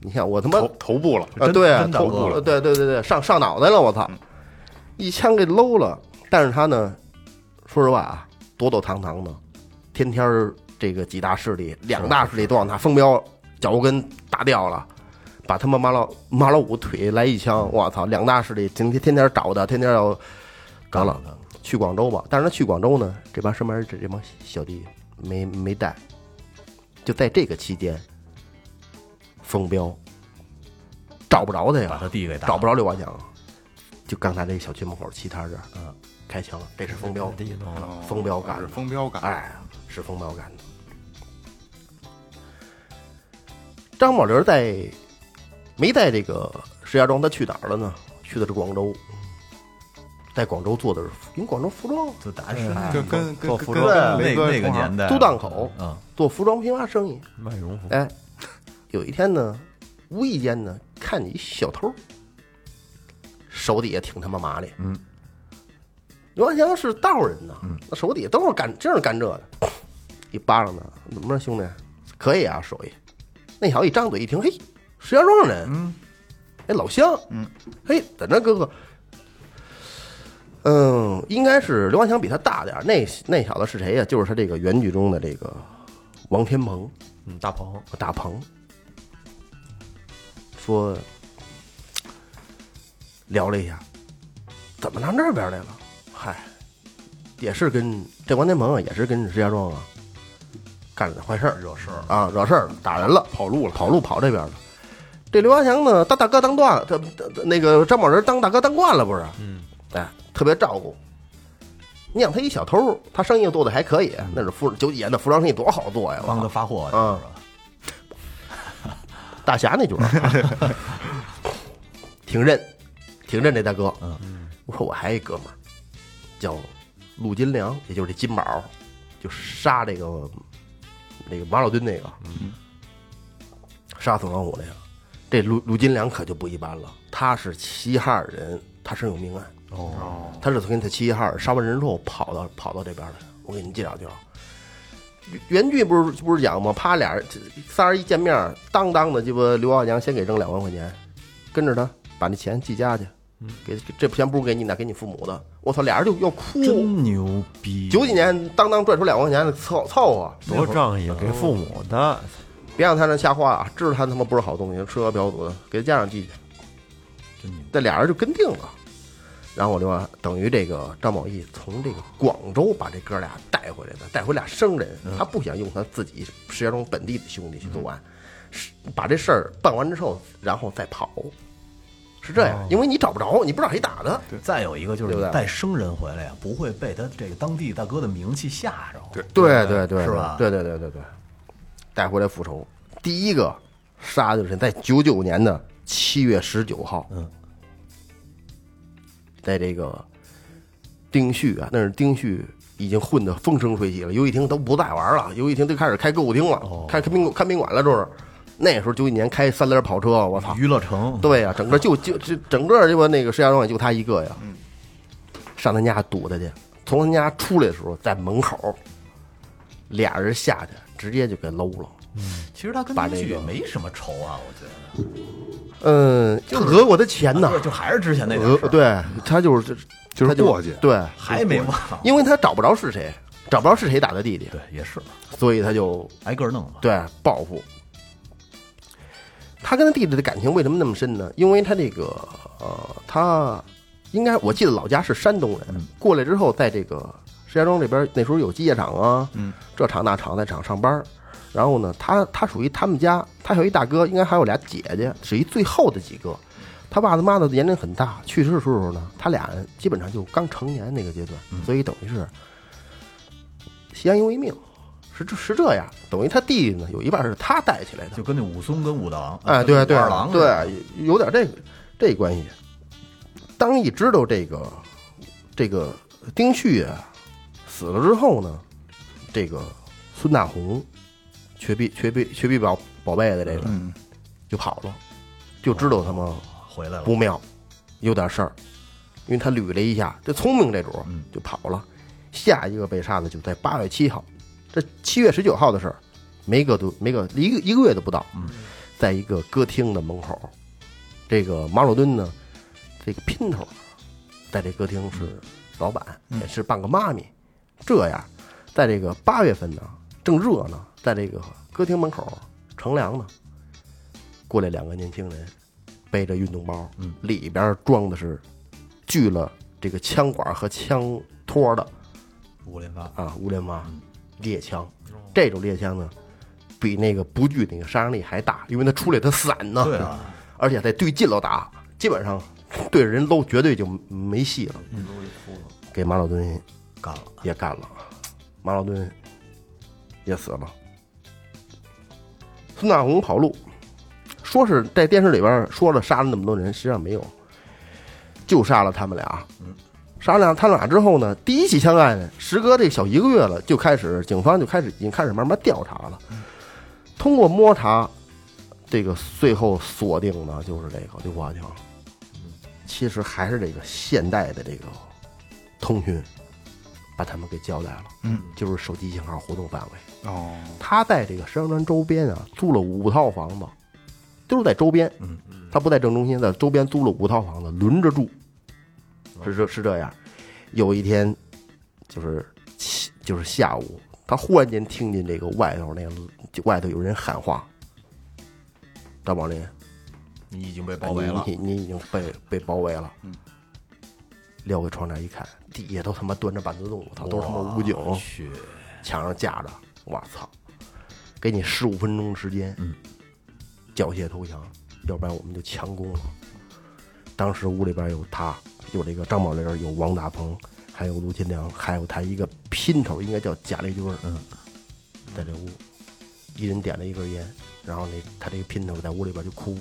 Speaker 4: 你看我他妈
Speaker 3: 头头部了，
Speaker 4: 啊，
Speaker 5: 真
Speaker 4: 对，
Speaker 5: 真打
Speaker 4: 头
Speaker 5: 过了
Speaker 4: 对对对对，上上脑袋了，我操，一枪给搂了。但是他呢，说实话啊，躲躲藏藏的，天天儿这个几大势力，两大势力都让他风彪脚后跟打掉了。把他妈马老马老五腿来一枪，我操！两大势力今天天天找他，天天要找老他去广州吧。但是他去广州呢，这帮身边这这帮小弟没没带。就在这个期间，风彪找不着他呀，
Speaker 5: 把他弟给打
Speaker 4: 找不着刘华强，就刚才这小区门口其他人，嗯，开枪了，这是风彪，
Speaker 6: 地弄了，
Speaker 3: 哦
Speaker 4: 风标杆
Speaker 3: 是风标杆，
Speaker 4: 哎，是风彪干的。张宝林在没在这个石家庄，他去哪儿了呢？去的是广州，在广州做的是因为广州服装
Speaker 5: 就打是
Speaker 3: 跟跟跟
Speaker 6: 做
Speaker 3: 跟
Speaker 6: 服
Speaker 3: 跟
Speaker 6: 装
Speaker 3: 跟
Speaker 5: 那
Speaker 3: 雷哥
Speaker 5: 那个
Speaker 3: 同行
Speaker 5: 年代
Speaker 4: 都档口
Speaker 5: 嗯，
Speaker 4: 做服装批发生意。
Speaker 6: 卖羽绒服，
Speaker 4: 哎，有一天呢，无意间呢，看见一小偷，手底下挺他妈麻利。嗯，刘万强是道人呐，那手底下都是干，真是干这的。一巴掌呢，怎么着，兄弟，可以啊，手艺。那小子一张嘴一听，嘿，石家庄人，嗯，哎，老乡，嗯，嘿，在那哥哥。嗯，应该是刘万强比他大点儿那那小子是谁呀、就是他这个原剧中的这个王天鹏。
Speaker 6: 嗯，大鹏，
Speaker 4: 我大鹏说聊了一下，怎么上这边来了？嗨，也是跟这王天鹏啊，也是跟石家庄啊干了点坏事儿，惹事儿啊，惹事儿了，打人了，跑路了，跑路跑这边了。这刘华强呢，当大哥当惯了，他他他那个张宝仁当大哥当惯了，不是？
Speaker 6: 嗯，
Speaker 4: 哎，特别照顾。你想他一小偷，他生意做的还可以，那是服九几年的服装生意多好做呀！我
Speaker 5: 帮
Speaker 4: 操
Speaker 5: 他发货去
Speaker 4: 嗯
Speaker 5: 是吧？
Speaker 4: 大侠那角儿，啊挺认，挺认这大哥。
Speaker 5: 嗯，
Speaker 4: 我说我还一哥们儿叫陆金良，也就是这金宝，就杀这个那个马老墩那个，杀死王五那个。这陆陆金良可就不一般了，他是齐齐哈尔人，他身有命案。哦，他是从他齐齐哈尔杀完人之后跑到跑到这边来的。我给你介绍介绍。原剧不是不是讲吗？啪，俩人仨人一见面，当当的鸡巴刘耀强先给扔两万块钱，跟着他把那钱寄家去，给这钱不是给你的，给你父母的。我操，俩人就要哭。
Speaker 5: 真牛逼！
Speaker 4: 九几年当当赚出两万块钱，凑凑合，
Speaker 6: 多仗义，啊给父母的，
Speaker 4: 别让他那瞎花啊！知道他他妈不是好东西，吃喝嫖赌的，给家长寄去。
Speaker 5: 真牛，
Speaker 4: 这俩人就跟定了。然后我就啊等于这个张宝义从这个广州把这哥俩带回来的，带回俩生人，
Speaker 5: 嗯
Speaker 4: 他不想用他自己石家庄本地的兄弟去作案，是把这事儿办完之后，然后再跑，是这
Speaker 5: 哦
Speaker 4: 样，因为你找不着，你不知道谁打的，
Speaker 5: 再有一个就是
Speaker 4: 对不对
Speaker 5: 带生人回来呀，不会被他这个当地大哥的名气吓着。
Speaker 3: 对
Speaker 4: 对对对，
Speaker 5: 嗯是吧
Speaker 4: 对对对对对，带回来复仇，第一个杀的就是在九九年的七月十九号，
Speaker 5: 嗯，
Speaker 4: 在这个丁旭啊，那是丁旭已经混得风生水起了，游戏厅都不再玩了，游戏厅都开始开歌舞厅了，
Speaker 5: 哦
Speaker 4: 开开宾开宾馆了，就是那时候九几年开三轮跑车，我操，
Speaker 5: 娱乐城，
Speaker 4: 对呀、整个就就这整个这个那个石家庄也就他一个呀。上他家堵他去，从他家出来的时候，在门口，俩人下去直接就给搂了。
Speaker 5: 其实他跟
Speaker 4: 把
Speaker 5: 京
Speaker 4: 这
Speaker 5: 剧
Speaker 4: 个
Speaker 5: 也没什么仇啊，我觉得
Speaker 4: 嗯，就讹过他钱呢
Speaker 5: 啊，就还是之前那点
Speaker 4: 讹
Speaker 5: 事儿，
Speaker 4: 呃对他就是
Speaker 3: 就是
Speaker 4: 他
Speaker 3: 过去
Speaker 4: 对，
Speaker 5: 还没忘。
Speaker 4: 因为他找不着是谁，找不着是谁打他弟弟，
Speaker 5: 对，也是
Speaker 4: 所以他就
Speaker 5: 挨个儿弄吧。
Speaker 4: 对报复。他跟他弟弟的感情为什么那么深呢？因为他这个呃，他应该我记得老家是山东人，过来之后在这个石家庄这边那时候有机械厂啊，嗯，这厂那厂那厂上班儿。然后呢，他他属于他们家，他有一大哥，应该还有俩姐姐，属于最后的几个。他爸他妈的年龄很大，去世的时候呢，他俩基本上就刚成年那个阶段，所以等于是相安为命，是这是这样。等于他弟弟呢，有一半是他带起来的，
Speaker 5: 就跟那武松啊跟武大郎，
Speaker 4: 哎，对对
Speaker 5: 武二郎似的，
Speaker 4: 对，有点这个这关系。当一知道这个这个丁旭啊死了之后呢，这个孙大红瘸臂瘸臂瘸臂宝宝贝的这个、
Speaker 3: 嗯
Speaker 4: 就跑了，就知道他妈
Speaker 5: 回来了
Speaker 4: 不妙，有点事儿，因为他捋了一下，这聪明这主儿
Speaker 5: 嗯
Speaker 4: 就跑了。下一个被杀的就在八月七号，这七月十九号的事儿，没个多没个一个一个月都不到，在一个歌厅的门口，这个马鲁敦呢，这个姘头在这歌厅是老板，也是半个妈咪。这样，在这个八月份呢，正热呢，在这个歌厅门口乘凉呢，过来两个年轻人，背着运动包，
Speaker 5: 嗯
Speaker 4: 里边装的是锯了这个枪管和枪托的
Speaker 5: 五连发，
Speaker 4: 啊，无连发
Speaker 5: 嗯
Speaker 4: 猎枪。
Speaker 5: 哦
Speaker 4: 这种猎枪呢，比那个不锯那个杀伤力还大，因为它出来它散呢，
Speaker 5: 对啊，
Speaker 4: 而且得对近了打，基本上对着人搂绝对就没戏了。
Speaker 5: 嗯
Speaker 4: 给马老墩
Speaker 5: 干了，
Speaker 4: 也干了，马老墩也死了。孙大红跑路，说是在电视里边说了杀了那么多人，实际上没有，就杀了他们俩。杀了俩他俩之后呢，第一起枪案时隔这小一个月了，就开始警方就开始已经开始慢慢调查了。通过摸查，这个最后锁定的就是这个六八枪，其实还是这个现代的这个通讯，把他们给交代了。
Speaker 3: 嗯，
Speaker 4: 就是手机信号活动范围。
Speaker 3: 哦，
Speaker 4: 他在这个石家庄周边啊租了五套房子，都是在周边，嗯，他不在正中心，在周边租了五套房子，轮着住，
Speaker 5: 嗯
Speaker 4: 是这是这样。有一天，就是起就是下午，他忽然间听见这个外头那个就外头有人喊话：“张宝林，
Speaker 5: 你已经被
Speaker 4: 啊
Speaker 5: 包围了，嗯
Speaker 4: 你你你已经被被包围了。”撂回窗帘一看，底下都他妈蹲着板子洞，操，都是他妈武警，
Speaker 5: 去，
Speaker 4: 墙上架着，我操！给你十五分钟时间，嗯，缴械投降，要不然我们就强攻了。当时屋里边有他，有这个张宝林，有王大鹏，还有卢金良，还有他一个姘头，应该叫贾立军，嗯，在这屋，一人点了一根烟，然后那他这个姘头在屋里边就哭。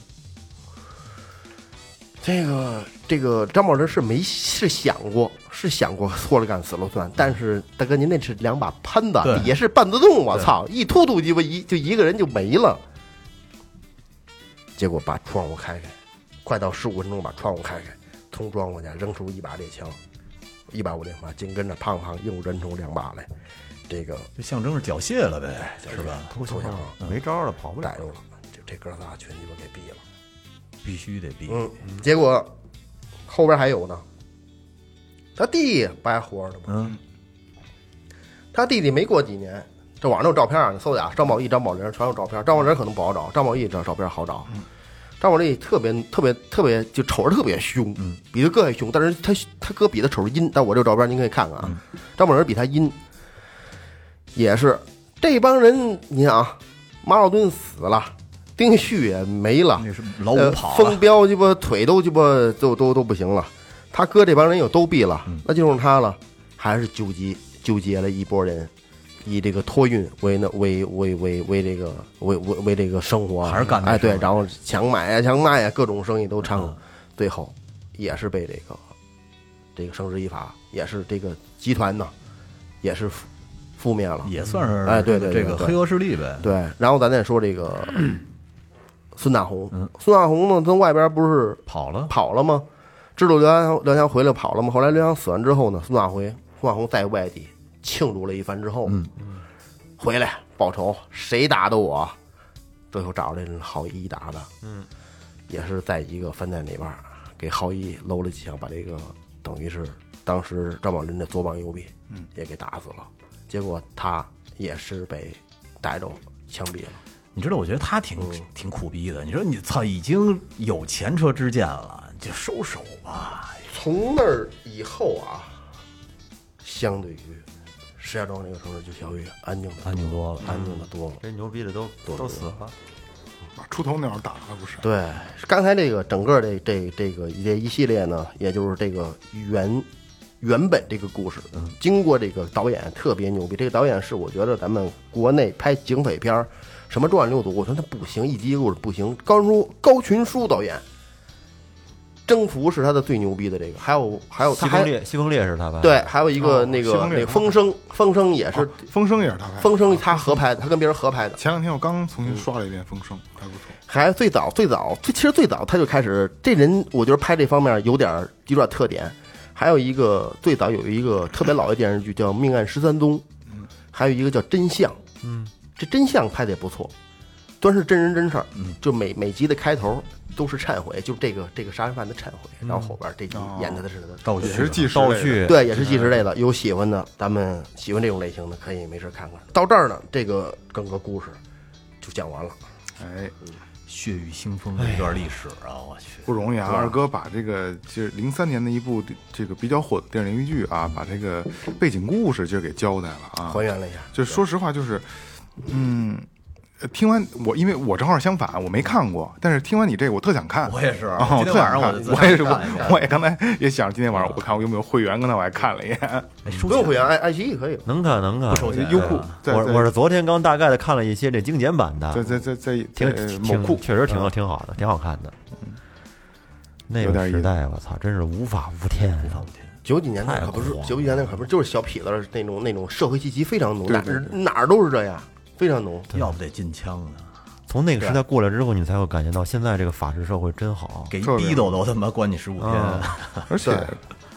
Speaker 4: 这个这个张宝林是没是想过是想过说了干死了算，但是大哥您那是两把喷子
Speaker 5: 对，
Speaker 4: 也是半自动，我操，一突突鸡巴一就一个人就没了。结果把窗户开开，快到十五分钟把窗户开开，从窗户下扔出一把猎枪，一把五连发，紧跟着胖胖又扔出两把来，这个
Speaker 5: 就象征是缴械了呗，是吧？
Speaker 4: 投降
Speaker 6: 没招儿了，跑不了
Speaker 4: 逮。住了，就这哥仨全鸡巴给毙了。
Speaker 5: 必须得毙，
Speaker 4: 嗯，结果后边还有呢，他弟不还活着呢吗？
Speaker 5: 嗯，
Speaker 4: 他弟弟没过几年，这网上有照片啊，你搜去啊，张宝义、张宝林全有照片。张宝林可能不好找，张宝义这照片好找。张宝义特别特别特别，就瞅着特别凶，比他哥还凶，但是他他哥比他瞅着阴。但我这照片您可以看看啊，张宝林比他阴，也是这帮人，你想啊，马老墩死了，丁旭也没了，
Speaker 5: 那是老五哦跑啊
Speaker 4: 呃、风
Speaker 5: 了，
Speaker 4: 彪鸡巴腿都鸡巴都都都不行了，他哥这帮人又都毙了，
Speaker 5: 嗯
Speaker 4: 那就剩他了，还是纠集纠结了一波人，以这个托运为那为为为为这个为为为这个生活，
Speaker 5: 还是干这
Speaker 4: 哎对
Speaker 5: 事，儿
Speaker 4: 然后强买啊强卖啊各种生意都掺
Speaker 5: 嗯
Speaker 4: 和，最后也是被这个这个绳之以法，也是这个集团呢，也是覆覆灭了，
Speaker 5: 也算是
Speaker 4: 哎对对对
Speaker 5: 这个
Speaker 4: 对
Speaker 5: 黑恶势力呗，
Speaker 4: 对，然后咱再说这个 孙大红，
Speaker 5: 嗯
Speaker 4: 孙大红呢从外边不是
Speaker 5: 跑了，
Speaker 4: 跑了吗？知道刘洋刘洋回来跑了吗？后来刘洋死完之后呢，孙大回孙大红在外地庆祝了一番之后，嗯，回来报仇，谁打的我？最后找着这郝一打的，嗯，也是在一个饭店里边儿给郝一搂了几枪，把这个等于是当时张宝林的左膀右臂，嗯，也给打死了。结果他也是被逮着枪毙了。
Speaker 5: 你知道，我觉得他挺
Speaker 4: 嗯
Speaker 5: 挺苦逼的。你说你操，已经有前车之鉴了，你就收手吧。
Speaker 4: 从那儿以后啊，相对于石家庄这个城市，就相对于安静的
Speaker 5: 安静多了嗯
Speaker 4: 安静的多了。
Speaker 6: 这牛逼的都都死了，
Speaker 3: 把出头鸟打了不是？
Speaker 4: 对，刚才这个整个这这这个这一系列呢，也就是这个原原本这个故事，
Speaker 5: 嗯
Speaker 4: 经过这个导演特别牛逼，这个导演是我觉得咱们国内拍警匪片儿，什么重案六组，我说他不行，一集故事不行。高叔高群书导演，征服是他的最牛逼的这个，还有还有他
Speaker 6: 西风
Speaker 4: 还
Speaker 6: 烈，西风烈是他吧？
Speaker 4: 对，还有一个
Speaker 3: 哦
Speaker 4: 那
Speaker 3: 西
Speaker 4: 个
Speaker 3: 风烈
Speaker 4: 那个风声，风声也是
Speaker 3: 风声也是他拍的。
Speaker 4: 风声他合拍的，他跟别人合拍的。
Speaker 3: 前两天我刚重新刷了一遍《风声》，还不错。
Speaker 4: 还最早最早最其实最早他就开始，这人我觉得拍这方面有点儿有点儿特点。还有一个最早有一个特别老的电视剧叫《
Speaker 3: 嗯
Speaker 4: 命案十三宗》，还有一个叫《真相》。嗯，这《真相》拍的也不错。都是真人真事儿，
Speaker 3: 嗯
Speaker 4: 就每每集的开头都是忏悔，就是这个这个杀人犯的忏悔，然后后边这集
Speaker 3: 哦
Speaker 4: 演他的是他的
Speaker 5: 道
Speaker 3: 也
Speaker 5: 具
Speaker 3: 是技术
Speaker 6: 道
Speaker 3: 类的。
Speaker 6: 具，
Speaker 4: 对，也是纪实类的，有喜欢的，咱们喜欢这种类型的，可以没事看看。到这儿呢，这个整个故事就讲完了。
Speaker 3: 哎，
Speaker 5: 血雨腥风的一段历史啊，我去，
Speaker 3: 不容易啊！二哥把这个就是零三年的一部这个比较火的电视连续剧啊，把这个背景故事就给交代了啊，
Speaker 4: 还原了一下，
Speaker 3: 就说实话，就是，嗯，呃听完我，因为我正好相反，我没看过，但是听完你这个，我特想看。
Speaker 5: 我也是
Speaker 3: 啊我
Speaker 5: 今
Speaker 3: 特
Speaker 5: 天晚上
Speaker 3: 想看
Speaker 5: 我就，自
Speaker 3: 我
Speaker 5: 己
Speaker 3: 也是，
Speaker 5: 看
Speaker 3: 我
Speaker 5: 一下
Speaker 3: 我也刚才也想着今天晚上我看我有没有会员，刚才我还看了一 眼。
Speaker 5: 哎收
Speaker 4: 不用
Speaker 5: 钱
Speaker 4: 会员，爱爱奇艺可以。
Speaker 6: 能看能看。
Speaker 5: 收钱
Speaker 3: 优酷在
Speaker 6: 我
Speaker 3: 在
Speaker 6: 我是昨天刚大概的看了一些这精简版的，
Speaker 3: 在在在在
Speaker 6: 挺
Speaker 3: 在呃
Speaker 6: 挺
Speaker 3: 某库
Speaker 6: 确实挺挺好的，挺好看的。那
Speaker 3: 嗯有点
Speaker 6: 个
Speaker 3: 意
Speaker 6: 时
Speaker 3: 思
Speaker 6: 代，我操，真是无法无天。啊
Speaker 4: 九几年那可不是
Speaker 6: 太狂了
Speaker 4: 九几年那可不是，就是小痞子那种那种社会气息非常浓，
Speaker 3: 对
Speaker 4: 哪
Speaker 3: 对
Speaker 4: 儿哪儿都是这样，非常浓。
Speaker 5: 要不得禁枪啊呢，
Speaker 6: 从那个时代过来之后，你才会感觉到现在这个法治社会真好。
Speaker 5: 给一
Speaker 3: 特别哦
Speaker 5: 逼斗都他妈关你十五天，啊
Speaker 3: 而且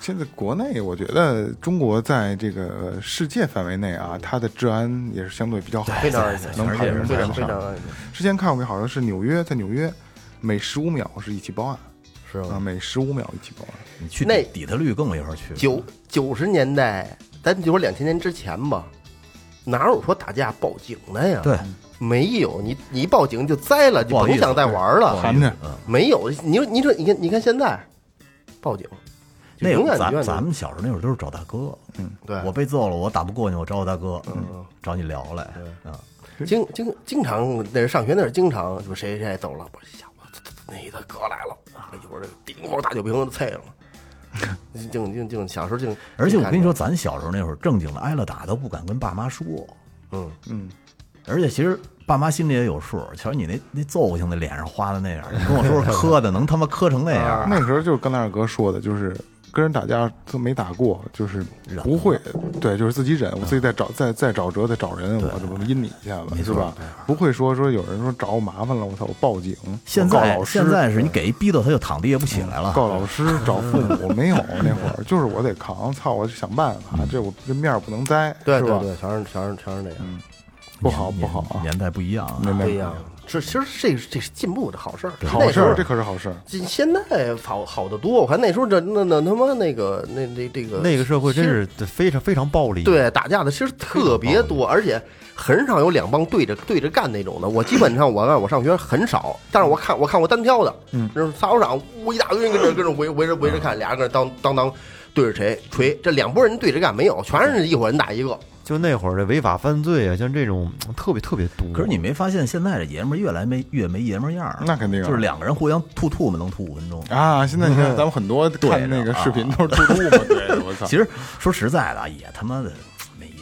Speaker 3: 现在国内，我觉得中国在这个世界范围内啊，它的治安也是相对比较好的，
Speaker 4: 非常安全
Speaker 3: 能
Speaker 5: 而
Speaker 3: 排
Speaker 5: 且
Speaker 3: 名
Speaker 5: 是
Speaker 4: 非
Speaker 3: 在
Speaker 4: 常非
Speaker 3: 上。
Speaker 4: 常爱
Speaker 3: 之前看过一个，好像是纽约，在纽约每十五秒是一起报案，
Speaker 4: 是
Speaker 3: 啊，
Speaker 4: 吗？
Speaker 3: 每十五秒一起报案。
Speaker 5: 你去
Speaker 4: 那
Speaker 5: 底特律更没法去。
Speaker 4: 九九十年代，咱就说两千年之前吧，哪有说打架报警的呀？
Speaker 5: 对，
Speaker 4: 没有，你你一报警就栽了，
Speaker 5: 不
Speaker 4: 就
Speaker 5: 好意
Speaker 4: 甭
Speaker 5: 思
Speaker 4: 想再玩了。
Speaker 3: 含着
Speaker 5: 嗯，
Speaker 4: 没有，你说你说你看你看现在，报警，就
Speaker 5: 那
Speaker 4: 永
Speaker 5: 会
Speaker 4: 远
Speaker 5: 儿
Speaker 4: 永远
Speaker 5: 咱咱们小时候那会儿都是找大哥，
Speaker 3: 嗯
Speaker 4: 对
Speaker 5: 我被揍了，我打不过你，我找我大哥，嗯，找你聊来啊，
Speaker 4: 经经经常那是上学那是经常说谁谁谁走了，我说吓我那他哥来了，哎一会儿顶一会儿大酒瓶子啐了，净净净小时候净，
Speaker 5: 而且我跟你说，咱小时候那会儿正经的挨了打都不敢跟爸妈说，
Speaker 4: 嗯，
Speaker 5: 而且其实爸妈心里也有数，瞧你那那揍过去那脸上花的那样，你跟我说说磕的能他妈磕成那样，
Speaker 3: 那时候就是刚才二哥说的，就是跟人打架都没打过，就是不会，对，就是自己忍，我自己再找再再找辙再找人，我这不阴你一下子，是吧？不会说说有人说找我麻烦了，我操，我报警，
Speaker 5: 现
Speaker 3: 我告
Speaker 5: 在
Speaker 3: 老师，
Speaker 5: 现在是你给一逼斗他就躺地下不起来了，
Speaker 3: 告老师，找父母没有那会儿，就是我得扛，操，我想办法，
Speaker 5: 嗯
Speaker 3: 这我这面儿不能栽，
Speaker 4: 对
Speaker 3: 是
Speaker 4: 对
Speaker 3: 吧？
Speaker 4: 对，全是全是全是那样，
Speaker 3: 不好
Speaker 5: 年
Speaker 3: 不好啊，
Speaker 5: 年代不一样啊，
Speaker 3: 明白
Speaker 4: 不一样。这其实这这是进步的好事儿，
Speaker 3: 好事
Speaker 4: 那时
Speaker 3: 儿，
Speaker 4: 候
Speaker 3: 这可是好事儿。
Speaker 4: 这现在好好的多，我看那时候这那那他妈那个那那这个
Speaker 6: 那个社会真
Speaker 4: 其实
Speaker 6: 是非常非常暴力。，
Speaker 4: 对打架的其实特别多，而且很少有两帮对着对着干那种的。我基本上我按我上学很少，但是我看我看过单挑的，嗯，就是发球场，呜一大堆人跟这跟这围围着围着看，俩人跟这当当当对着锤锤，这两拨人对着干没有，全是一伙人打一个。
Speaker 6: 就那会儿这违法犯罪啊，像这种嗯特别特别多。
Speaker 5: 可是你没发现现在这爷们儿越来没越没爷们儿样儿了？
Speaker 3: 那肯定啊
Speaker 5: 就是两个人互相吐吐沫能吐五分钟。
Speaker 3: 啊！现在 你看，咱们很多看那个
Speaker 5: 啊
Speaker 3: 视频都是 吐吐嘛，对的，我 操。
Speaker 5: 其实说实在的啊，也他妈的没意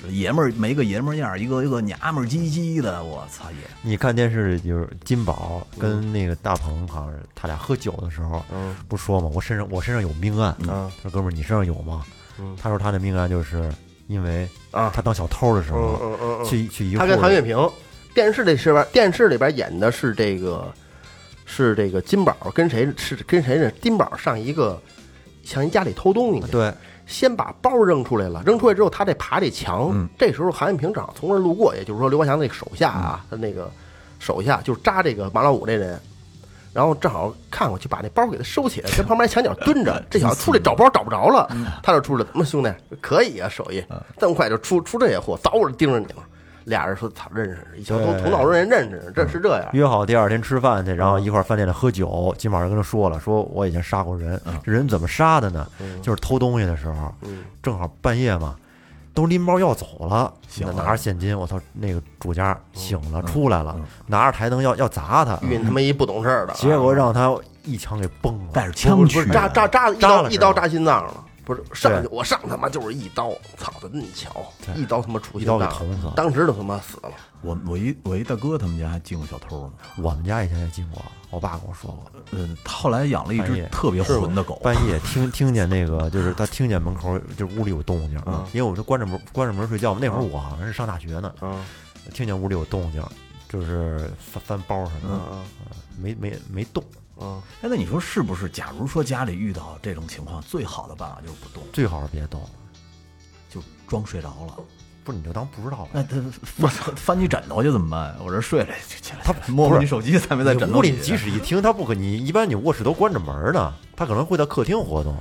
Speaker 5: 思。爷们儿没个爷们儿样儿，一个一个娘们儿唧唧的，我操也
Speaker 6: 你看电视，就是金宝跟那个大鹏，好像是他俩喝酒的时候，
Speaker 4: 嗯
Speaker 6: 不是说嘛，我身上我身上有命案。
Speaker 4: 嗯
Speaker 6: 他说哥们儿，你身上有吗
Speaker 4: 嗯？
Speaker 6: 他说他的命案就是因为
Speaker 4: 啊
Speaker 6: 他当小偷的时
Speaker 4: 嗯
Speaker 6: 候，
Speaker 4: 嗯嗯嗯，
Speaker 6: 去去一户
Speaker 4: 他跟韩月平，电视里是边电视里边演的是这个是这个金宝跟谁是跟谁呢？金宝上一个上一家里偷东西去。
Speaker 6: 对
Speaker 4: 先把包扔出来了，扔出来之后，他得爬这墙。
Speaker 6: 嗯
Speaker 4: 这时候韩永平正好从这儿路过，也就是说刘华强那个手下
Speaker 6: 嗯
Speaker 4: 啊，他那个手下就是扎这个马老五这人，然后正好看过去，把那包给他收 起来，跟旁边墙角蹲着。这小子出来找包找不着了，
Speaker 6: 嗯
Speaker 4: 他就出来，怎么兄弟可以啊，手艺这么快就出出这货，早我就盯着你了。俩人说操认识，以前从
Speaker 6: 对嗯
Speaker 4: 头脑中人认识，这是这样。
Speaker 6: 约好第二天吃饭去，然后一块儿饭店里喝酒。金宝就跟他说了，说我以前杀过人，这人怎么杀的呢？就是偷东西的时候，正好半夜嘛，都拎包要走了，嗯拿着现金，我操，那个主家醒了出来了，拿着台灯要要砸他，嗯
Speaker 4: 遇见他妈一不懂事儿的啊，
Speaker 6: 结果让他一枪给崩了，
Speaker 5: 带着
Speaker 4: 不
Speaker 5: 枪
Speaker 4: 是
Speaker 5: 去
Speaker 4: 不是扎
Speaker 5: 的。
Speaker 4: 扎扎一
Speaker 6: 扎
Speaker 4: 刀
Speaker 6: 哎了
Speaker 4: 一
Speaker 6: 是
Speaker 4: 刀
Speaker 6: 吧
Speaker 4: 扎心脏了，不是上去
Speaker 6: 对
Speaker 4: 我上他妈就是一刀，操的你瞧，
Speaker 6: 对
Speaker 4: 一刀他妈出
Speaker 6: 一
Speaker 4: 心
Speaker 6: 刀
Speaker 4: 脏
Speaker 6: 给捅死了
Speaker 4: 当时就他妈死了。
Speaker 5: 我我一我一大哥他们家还进过小偷呢，
Speaker 6: 我们家以前也进过，我爸跟我说过，
Speaker 5: 嗯，后来养
Speaker 3: 哎
Speaker 5: 了一
Speaker 6: 半
Speaker 5: 只
Speaker 6: 夜
Speaker 5: 特别混的狗，
Speaker 6: 半夜听听见那个，就是他听见门口就是屋里有动静，因为我是关着门关着门睡觉嘛。那会儿我好像是上大学呢，
Speaker 4: 嗯
Speaker 6: 听见屋里有动静，就是翻翻包什么的，没没没动。
Speaker 4: 嗯，
Speaker 5: 哎，那你说是不是？假如说家里遇到这种情况，最好的办法就是不动，
Speaker 6: 最好是别动，
Speaker 5: 就装睡着了。
Speaker 6: 不
Speaker 4: 不
Speaker 6: 是你就当不知道
Speaker 5: 那
Speaker 6: 了。
Speaker 5: 他翻翻你枕头去怎么办？我这睡了，起来
Speaker 6: 他
Speaker 5: 摸
Speaker 6: 不
Speaker 5: 摸
Speaker 6: 是
Speaker 5: 你手机，咱们在枕
Speaker 6: 你
Speaker 5: 头
Speaker 6: 屋里即使一听，他不可你一般你卧室都关着门呢，他可能会在客厅活动。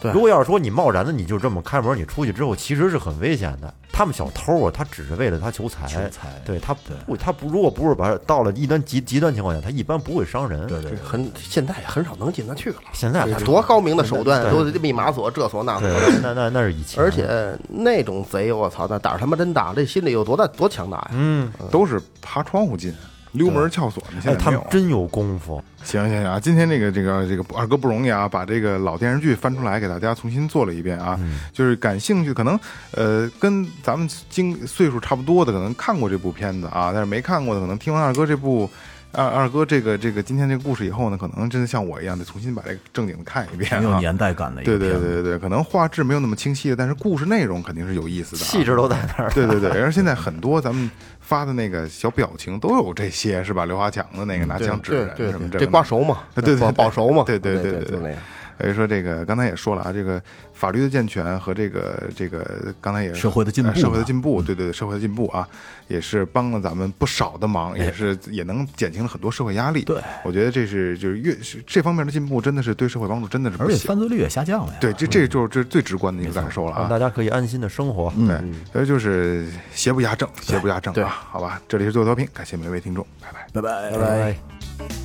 Speaker 4: 对
Speaker 6: 如果要是说你贸然的你就这么开门，你出去之后其实是很危险的。他们小偷啊，他只是为了他求财，
Speaker 5: 求财
Speaker 6: 对他不他不如果不是把到了一端极极端情况下，他一般不会伤人。
Speaker 5: 对对对，
Speaker 4: 很现在很少能进得去了。
Speaker 6: 现在
Speaker 4: 你
Speaker 6: 不是
Speaker 4: 多高明的手段，
Speaker 6: 对
Speaker 4: 都得密码锁这锁那锁
Speaker 6: 对
Speaker 4: 的。，
Speaker 6: 那那那是以前，哎
Speaker 4: 而且那种贼，我操，那胆儿他妈真大，这心里有多大多强大呀！
Speaker 6: 嗯，
Speaker 3: 都是爬窗户进，溜门撬锁。你现
Speaker 6: 哎，
Speaker 3: 在
Speaker 6: 他
Speaker 3: 没
Speaker 6: 们
Speaker 3: 有。
Speaker 6: 真有功夫，
Speaker 3: 行行行啊，今天这个这个这个二哥不容易啊，把这个老电视剧翻出来给大家重新做了一遍啊，
Speaker 5: 嗯
Speaker 3: 就是感兴趣可能呃跟咱们经岁数差不多的可能看过这部片子啊，但是没看过的可能听完二哥这部。二二哥，这个这个今天这个故事以后呢，可能真的像我一样，得重新把这个正经的看一遍
Speaker 5: 挺有
Speaker 3: 啊。
Speaker 5: 年代感的一
Speaker 3: 对
Speaker 5: 个
Speaker 3: 对
Speaker 5: 片
Speaker 3: 对对
Speaker 5: 子。
Speaker 3: 对，可能画质没有那么清晰了，但是故事内容肯定是有意思的、啊，
Speaker 6: 气质都在那儿。
Speaker 3: 对对对，而现在很多咱们发的那个小表情都有这些，是吧？刘华强的那个拿枪指
Speaker 4: 嗯对
Speaker 3: 人
Speaker 4: 对
Speaker 3: 什么，
Speaker 4: 这
Speaker 3: 个
Speaker 4: 瓜熟嘛，
Speaker 3: 对对对
Speaker 4: 保保熟嘛，
Speaker 3: 对对
Speaker 4: 对
Speaker 3: 对对
Speaker 4: 就那样。
Speaker 3: 所以说这个刚才也说了啊，这个法律的健全和这个这个刚才也
Speaker 5: 社会的进步
Speaker 3: 呃社会的进步，对对对，社会的进步啊，也是帮了咱们不少的忙，也是也能减轻了很多社会压力。
Speaker 5: 哎对，
Speaker 3: 我觉得这是就是越是这方面的进步，真的是对社会帮助真的是不
Speaker 5: 而且
Speaker 3: 小。
Speaker 5: 犯罪率也下降了呀。
Speaker 3: 对，这这就是这是最直观的一个感受了啊
Speaker 6: 让！大家可以安心的生活。
Speaker 3: 对，嗯所以就是邪不压正，邪不压正啊！好吧，这里是最后调频，感谢每位听众，拜拜。
Speaker 5: 拜
Speaker 6: 拜
Speaker 5: 拜。
Speaker 6: 拜。